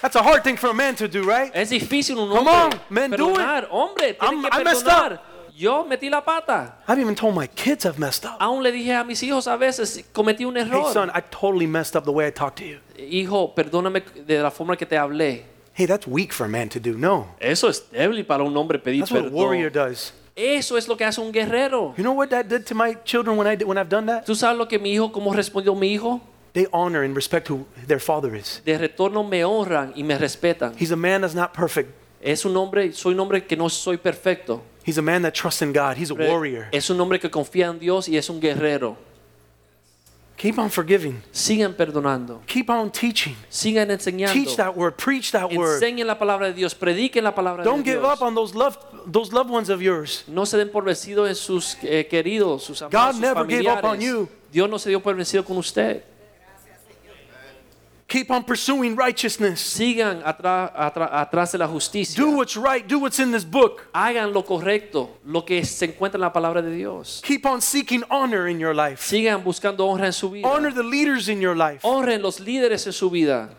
That's a hard thing for a man to do, right?
Es difícil un
Come
hombre
on, man, do it.
perdonar. Hombre, tiene
I'm-
que
I messed
perdonar. Yo metí la pata.
I've even told my kids I've messed up.
Aún le dije a mis hijos a veces, cometí un
Hey,
error.
son, I totally messed up the way I talked to you.
Hijo, perdóname de la forma que te hablé.
Hey, that's weak for a man to do. No.
Eso es débil para un hombre pedir
That's what a warrior does.
Eso es lo que hace un guerrero.
You know what that did to my children when I did, when I've done that?
¿Tú sabes lo que mi hijo, cómo respondió mi hijo?
They honor and respect who their father is.
De retorno me honran y me respetan.
He's a man that's not perfect.
Es un hombre, soy un hombre que no soy perfecto.
He's a man that trusts in God. He's a
Pero
warrior.
Es un hombre que confía en Dios y es un guerrero.
Keep on forgiving.
Sigan perdonando,
Keep on teaching.
sigan enseñando.
Teach that word. Preach that word.
Enseñen la palabra de Dios, prediquen la palabra
Don't
de
give
Dios.
up on those loved those loved ones of yours.
no se den por vencido en sus eh, queridos, sus amados, sus
never gave up
familiares.
on you.
Dios no se dio por vencido con usted.
Keep on pursuing righteousness.
Sigan atra- atra- atrás de la justicia.
Do what's right. Do what's in this book.
Hagan lo correcto, lo que se encuentra en la palabra de Dios.
Keep on seeking honor in your life.
Sigan buscando honra en su vida.
Honor the leaders in your life.
Honren los líderes en su vida.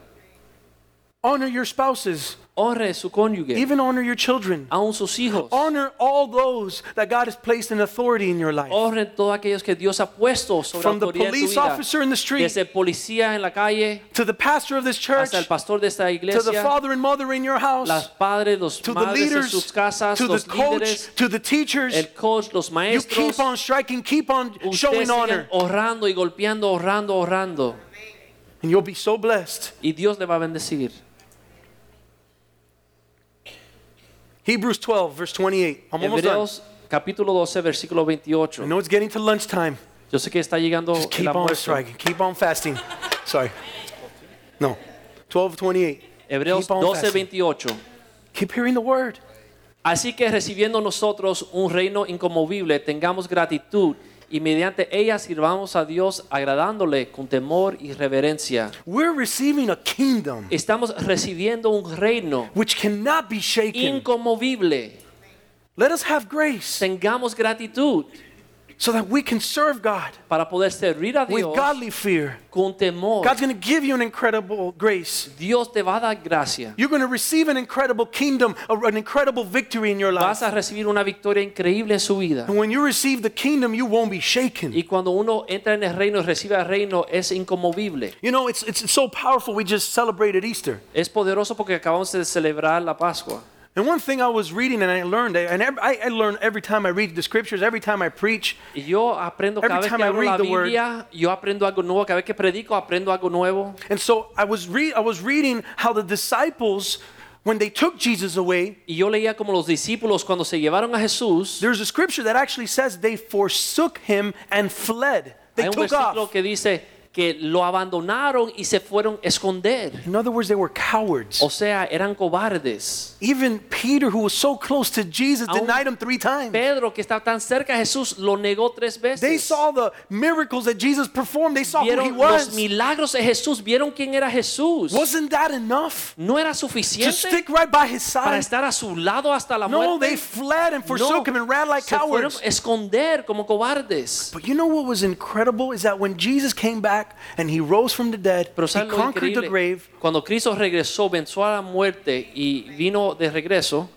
Honor your spouses.
Honren su cónyuge.
Even honor your children.
aún sus hijos.
Honor all those that God has placed in authority in your life.
Honren todos aquellos que Dios ha puesto sobre la
From the
autoridad en tu
police
vida.
officer in the street.
Desde el policía en la calle
To the pastor of this church,
hasta el
to
pastor de esta
the
iglesia,
father and mother in your
las
house,
padres, los
to the
madres en
leaders,
sus casas,
to the
los
coach,
líderes,
to the teachers.
el coach, los
You
maestros.
keep on striking, keep on
Ustedes
showing
sigan
honor,
honrando y golpeando, honrando, honrando.
and you'll be so blessed.
Y Dios le va a bendecir.
Hebrews 12, verse 28. I'm almost done.
Hebreos capítulo 12, versículo
I
28.
know it's getting to lunchtime.
Yo sé que está llegando
Just
Oh, el
keep on
almuerzo.
striking, keep on fasting. Sorry. No. 12, 28.
Hebreos
Keep on
12,
fasting.
28.
Keep hearing the word.
Así que recibiendo nosotros un reino inconmovible, tengamos gratitud y mediante ella sirvamos a Dios agradándole con temor y reverencia.
We're receiving a kingdom
Estamos recibiendo un reino
which cannot be shaken.
inconmovible.
Let us have grace
Tengamos gratitud
so that we can serve God
para poder servir a
with
Dios
godly fear.
con temor.
God's going to give you an incredible grace.
Dios te va a dar gracia.
You're going to receive an incredible kingdom, a- an incredible victory in your life.
Vas a recibir una victoria increíble en su vida.
And when you receive the kingdom, you won't be shaken.
Y cuando uno entra en el reino y recibe el reino, es inconmovible.
You know, it's, it's, it's so powerful. We just celebrated Easter.
Es poderoso porque acabamos de celebrar la Pascua.
And one thing I was reading and I learned, and ev- I, I learn every time I read the scriptures, every time I preach,
Y yo aprendo cada
Every
vez que
time I
abro la
read the word-
Biblia, yo aprendo algo nuevo, cada vez que predico aprendo algo nuevo.
And so I was, re- I was reading how the disciples When they took Jesus away,
Y yo leía como los discípulos cuando se llevaron a Jesús,
there's a scripture that actually says they forsook him and fled. They
hay un
took
versículo
off.
que dice que lo abandonaron y se fueron a esconder.
In other words, they were cowards.
O sea, eran cobardes.
Even Peter, who was so close to Jesus,
Aún
denied him three times.
Pedro, que está tan cerca a Jesús, lo negó tres veces.
They saw the miracles that Jesus performed. They saw who he
vieron los
was.
milagros de Jesús, vieron quién era Jesús.
Wasn't that enough
No era
to
suficiente
stick right by his
para
side?
estar a su lado hasta la
No, they
muerte.
fled and forsook him and ran like
se fueron
cowards.
a esconder como cobardes.
But you know what was incredible is that when Jesus came back and he rose from the dead,
Pero
he
¿sabes lo
conquered the
increíble?
grave.
Cuando Cristo regresó, venció a la muerte y vino de regreso,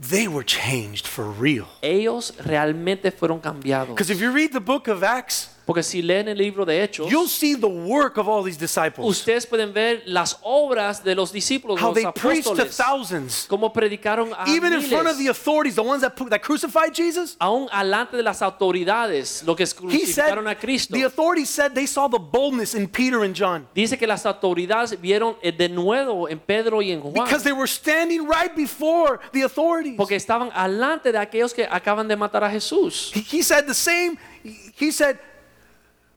They were changed for real.
ellos realmente fueron cambiados.
Because if you read the book of Acts,
Porque si leen el libro de Hechos,
you'll see the work of all these disciples.
ustedes pueden ver las obras de los discípulos, de
How
los
they preached to
apóstoles,
thousands,
cómo predicaron a
even in front of the
miles,
authorities, the ones that, pu- that crucified Jesus.
aún alante de las autoridades, lo que
He said,
crucificaron a Cristo.
the authorities said they saw the boldness in Peter and John
Dice que las autoridades vieron eh, de nuevo en Pedro y en Juan,
because they were standing right before the authorities.
porque estaban alante de aquellos que acaban de matar a Jesús.
He, he said the same, he said,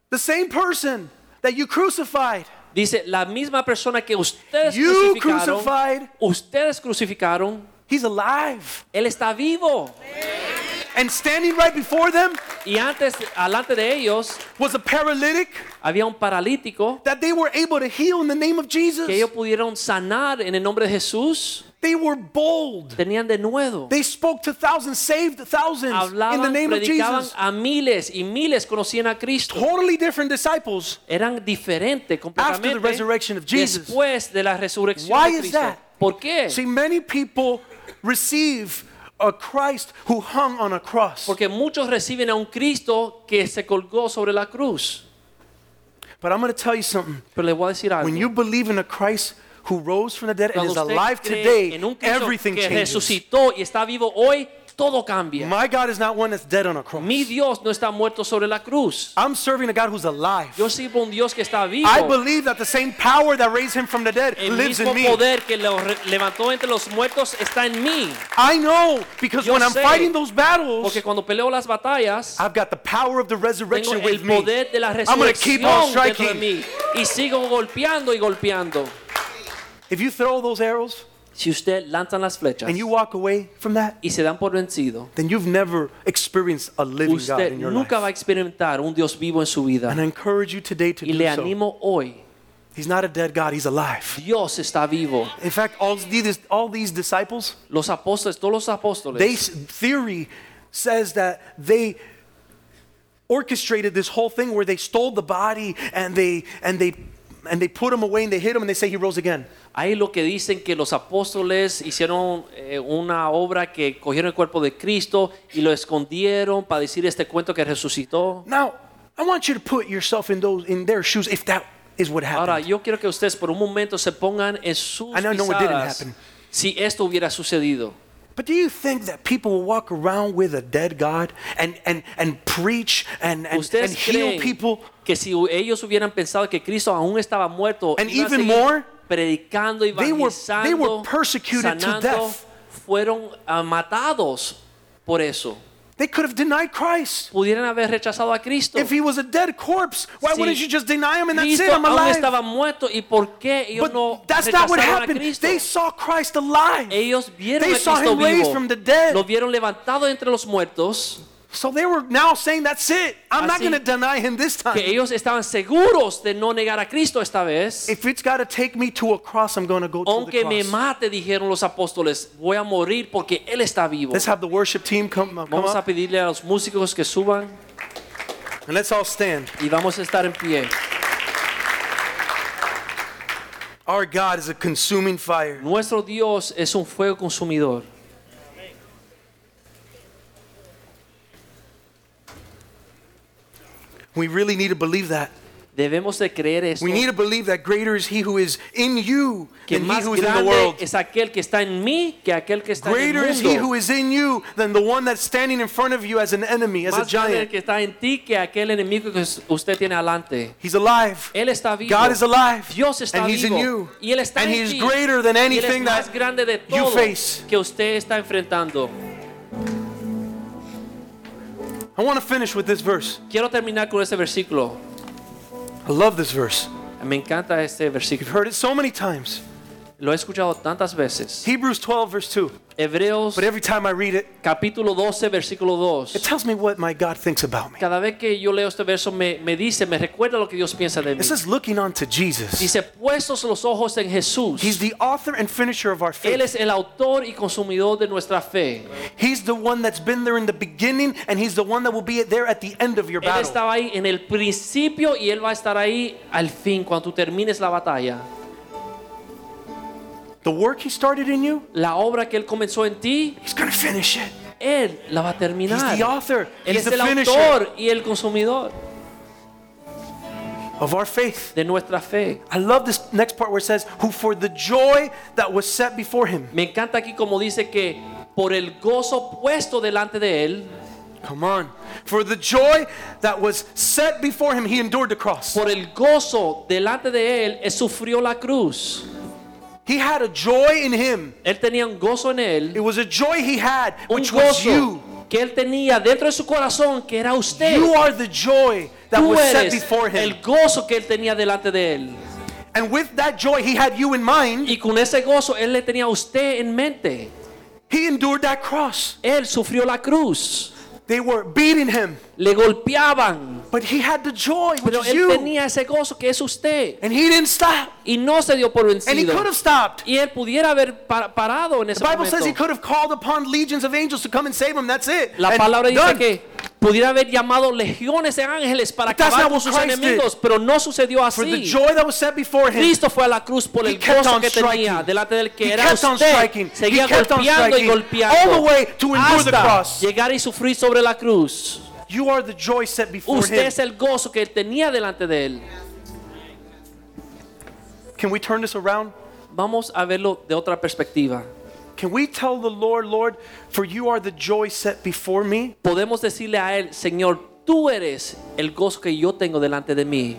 the same person that you crucified,
Dice, la misma persona que ustedes
You
crucificaron,
crucified.
ustedes crucificaron,
he's alive.
él está vivo.
And standing right before them
Y antes, alante de ellos,
was a paralytic
había un paralítico
that they were able to heal in the name of Jesus.
que ellos pudieron sanar en el nombre de Jesús.
They were bold.
Tenían de nuevo.
They spoke to thousands, saved thousands in the
Hablaban,
name of
predicaban
Jesus.
a miles y miles conocían a Cristo.
Totally different disciples.
Eran diferentes completamente
After the resurrection of Jesus.
después de la resurrección
Why
de
is
Cristo.
that?
¿Por qué?
See, many people receive a Christ who hung on a cross.
Porque muchos reciben a un Cristo que se colgó sobre la cruz.
But I'm going to tell you something.
Pero les voy a decir algo.
When you believe in a Christ who rose from the dead and
Cuando
is
usted
alive
cree
today,
en un Cristo
everything
que
changes.
resucitó y está vivo hoy, todo cambia.
My God is not one that's dead on a cross.
Mi Dios no está muerto sobre la cruz.
I'm serving a God who's alive.
Yo sirvo a un Dios que está vivo.
I believe that the same power that raised him from the dead
El
lives
mismo
in me.
poder que lo re- levantó entre los muertos está en mí.
I know because
Yo
when I'm
sé.
fighting those battles,
Porque cuando peleo las batallas,
I've got the power of the
tengo
resurrection
el
with me.
poder de la
I'm going to keep on
resurrección dentro de
striking.
mí. Y sigo golpeando y golpeando.
If you throw those arrows
Si usted lanza las flechas
and you walk away from that,
y se dan por vencido,
then you've never experienced a living God
usted
in your life.
nunca va a experimentar un Dios vivo en su
And I
vida.
encourage you today to
Y
do
le
so.
animo hoy
He's not a dead God, he's alive.
Dios está vivo.
In fact, all these, all these disciples,
Los apóstoles, todos los
they
apóstoles,
theory says that they orchestrated this whole thing where they stole the body and they and they and they put him away and they hid him and they say he rose again.
hay lo que dicen que los apóstoles hicieron eh, una obra que cogieron el cuerpo de Cristo y lo escondieron para decir este cuento que resucitó.
Now, I want you to put yourself in those in their shoes if that is what happened.
Ahora, yo quiero que ustedes por un momento se pongan en sus
I know, no, it didn't
pisadas
happen.
si esto hubiera sucedido.
But do you think that people will walk around with a dead God and and and preach and and, and
¿Ustedes
heal
creen
people?
que si ellos hubieran pensado que Cristo aún estaba muerto,
And
iban a
even
seguir
more,
predicando y
they were- they were
evangelizando,
persecuted to
sanando,
death.
fueron ah, matados por eso?
They could have denied Christ.
pudieran haber rechazado a Cristo.
If he was a dead corpse, why
Si
wouldn't you just deny him and that's it?
Cristo
I'm
aún
alive.
estaba muerto y por qué ellos
But
no
that's not what
rechazaron a
happened.
Cristo.
They saw Christ alive.
Ellos vieron
they
a
saw
Cristo
him raised
vivo.
from the dead.
Lo vieron levantado entre los muertos.
So they were now saying, that's it. I'm not
Así
going to deny him this time.
Que ellos estaban seguros de no negar a Cristo esta vez.
If it's got to take me to a cross, I'm going to go to the
Aunque me
cross.
mate, dijeron los apóstoles, voy a morir porque Él está vivo.
Let's have the worship team come, uh, come
Vamos a
up
pedirle a los músicos que suban
and let's all stand.
y vamos a estar en pie.
Our God is a consuming fire.
Nuestro Dios es un fuego consumidor.
We really need to believe that.
Debemos de creer esto.
We need to believe that greater is he who is in you
que
than he
más
who is in the
grande
world.
es aquel que está en mí que aquel que está en
Greater
el
is he
mundo.
who is in you than the one that's standing in front of you as an enemy, as a
Más grande el
giant.
que está en ti que aquel enemigo que usted tiene adelante.
He's alive.
Él está vivo.
God is alive.
Dios está
and he's
vivo.
in you.
Y él está
and
en
he's
ti.
greater than
y él es
anything
más
that
grande de
you
todo
face.
que usted está enfrentando.
I want to finish with this verse.
Quiero terminar con este versículo.
I love this verse.
Me encanta este
You've
versículo.
heard it so many times.
Lo he escuchado tantas veces.
Hebrews 12, verse 2.
Hebreos
But every time I read it,
capítulo 12, versículo
it
2.
tells me what my God thinks about me.
Cada vez que yo leo este verso me, me dice, me recuerda lo que Dios piensa de mí.
It says, looking unto Jesus.
Dice, puestos los ojos en Jesús.
He's the author and finisher of our
Él
faith.
es el autor y consumidor de nuestra fe.
He's the one that's been there in the beginning, and He's the one that will be there at the end of your
Él
battle.
estaba ahí en el principio y Él va a estar ahí al fin cuando tú termines la batalla.
The work He started in you,
La obra que Él comenzó en ti,
He's going to finish it.
Él la va a terminar.
He's the author.
Él
He's the
es el
finisher.
autor y el consumidor
Of our faith.
de nuestra fe.
I love this next part where it says, Who for the joy that was set before Him.
Me encanta aquí como dice que por el gozo puesto delante de Él,
Come on. For the joy that was set before Him, He endured the cross.
por el gozo delante de Él, Él sufrió la cruz.
He had a joy in Him.
Él tenía un gozo en
It
Él,
was a joy He had,
un
which was you.
gozo que Él tenía dentro de su corazón, que era usted.
You are the joy that
Tú
was set
eres
before Him.
el gozo que Él tenía delante de Él.
And with that joy, He had you in mind.
Y con ese gozo Él le tenía a usted en mente.
He endured that cross.
Él sufrió la cruz.
They were beating Him,
Le golpeaban.
but He had the joy, which
Pero
is
Él
you.
tenía ese gozo que es usted.
And He didn't stop.
Y no se dio por
And He
vencido.
could have stopped.
Y Él pudiera haber pa- parado en
The
ese
Bible says He
momento.
could have called upon legions of angels to come and save Him. That's it.
La
And
palabra dice
done.
que pudiera haber llamado legiones de ángeles para
But that's
acabar
not
con
what
sus
Christ did.
enemigos. Pero no sucedió
For the
así.
joy that was set before Him.
Cristo fue a la cruz por
He
el
kept
gozo
on
que tenía
striking.
delante del que
He
era
kept on
usted.
striking.
Seguía
He kept on
golpeando y
striking.
golpeando
All the way to endure the
hasta
cross.
llegar y sufrir sobre la cruz.
You are the joy set before
Usted
Him.
es el gozo que él tenía delante de él.
Can we turn this around?
Vamos a verlo de otra perspectiva.
Can we tell the Lord, Lord, for you are the joy set before me?
Podemos decirle a él, Señor, tú eres el gozo que yo tengo delante de mí.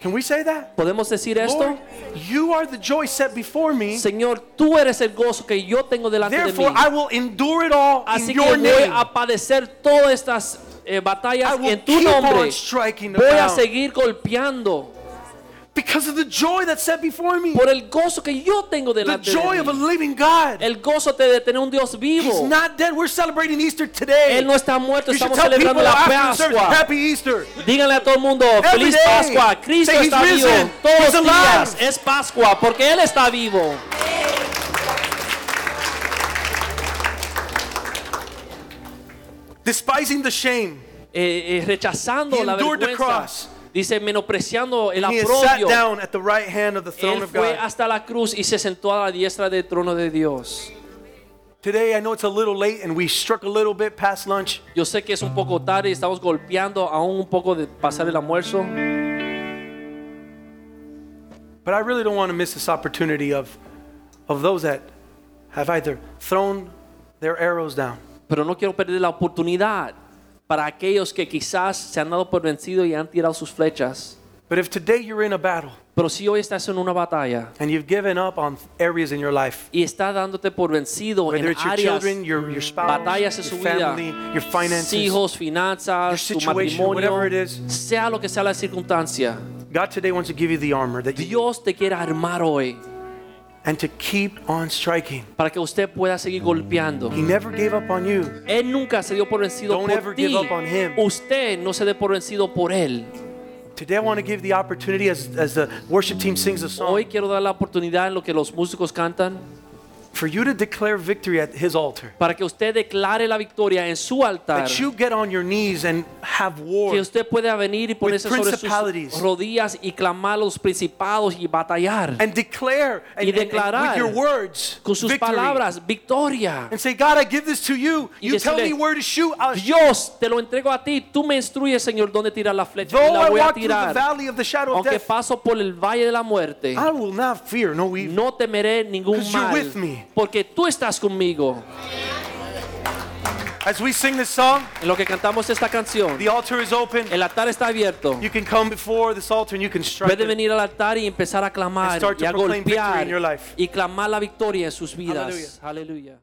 Can we say that?
¿Podemos decir esto?
Lord, you are the joy set before me.
Señor, tú eres el gozo que yo tengo delante de mí.
Therefore, I will endure it all in
Así que
your
voy
name.
a padecer todas estas eh, batallas
I will
en tu
keep on
nombre.
striking the
Voy a
ground.
seguir golpeando
Because of the joy that's set before me.
por el gozo que yo tengo
The
delante
joy
de
of a
mí.
living God.
El gozo te de tener un Dios
He's
vivo.
not dead. We're celebrating Easter today.
Él no está muerto,
You should
estamos
tell people
celebrando la
after the service,
Pascua.
Happy Easter.
Díganle a todo el mundo,
Every
feliz
day.
Pascua, Cristo
Say, "He's
está vivo.
risen.
Todos
He's
los
alive."
días es Pascua porque Él está vivo.
Despising the shame.
Eh, eh, rechazando
He
la
endured the
vergüenza.
cross.
Dice, menospreciando el
He has sat
aprobio.
down at the right hand of the throne
Él
of
fue
God.
hasta la cruz y se sentó a la diestra del trono de Dios.
Today, I know it's a little late and we struck a little bit past lunch.
Yo sé que es un poco tarde y estamos golpeando aún un poco de pasar el almuerzo,
But I really don't want to miss this opportunity of, of those that have either thrown their arrows down
pero no quiero perder la oportunidad para aquellos que quizás se han dado por vencido y han tirado sus flechas.
But if today you're in a battle
Pero si hoy estás en una batalla
and you've given up on areas in your life,
y está dándote por vencido
whether
en
it's your
áreas,
children, your, your spouse,
batallas en su
your family,
vida,
your finances,
hijos, finanzas,
your
tu
situation, whatever
matrimonio,
it is.
sea lo que sea la circunstancia,
God today wants to give you the armor that you
Dios te quiere armar hoy
and to keep on striking.
para que usted pueda seguir golpeando.
He never gave up on you.
Él nunca se dio por vencido
Don't
por
ever
ti.
give up on him.
Usted no se dé por vencido por él.
Today I want to give the opportunity as, as the worship team sings a song
Hoy quiero dar la oportunidad en lo que los músicos cantan
for you to declare victory at his altar.
para que usted declare la victoria en su altar.
That you get on your knees and have war.
Que usted pueda venir y ponerse sobre
principalities.
sus rodillas y clamar a los principados y batallar
and declare and, and-
y
and
declarar
with your words
con sus
victory.
palabras victoria.
and say God I give this to you
Y
you tell
decirle,
me where to shoot I'll shoot
Dios, te lo entrego a ti. Tú me instruyes, Señor, dónde tirar la flecha. Y
though
la
I
voy a
walk through the
tirar.
valley of the shadow of
Aunque
death
paso por el valle de la muerte,
I will not fear no evil
no temeré ningún
'Cause you're
mal.
with me.
Porque tú estás conmigo.
as we sing this song
En lo que cantamos esta canción,
the altar is open
el altar está abierto.
you can come before this altar and you can strike
Puede
it.
venir al altar y empezar a clamar
start
y
to
a
proclaim victory in
golpear
your life.
y clamar la victoria en sus vidas. Aleluya.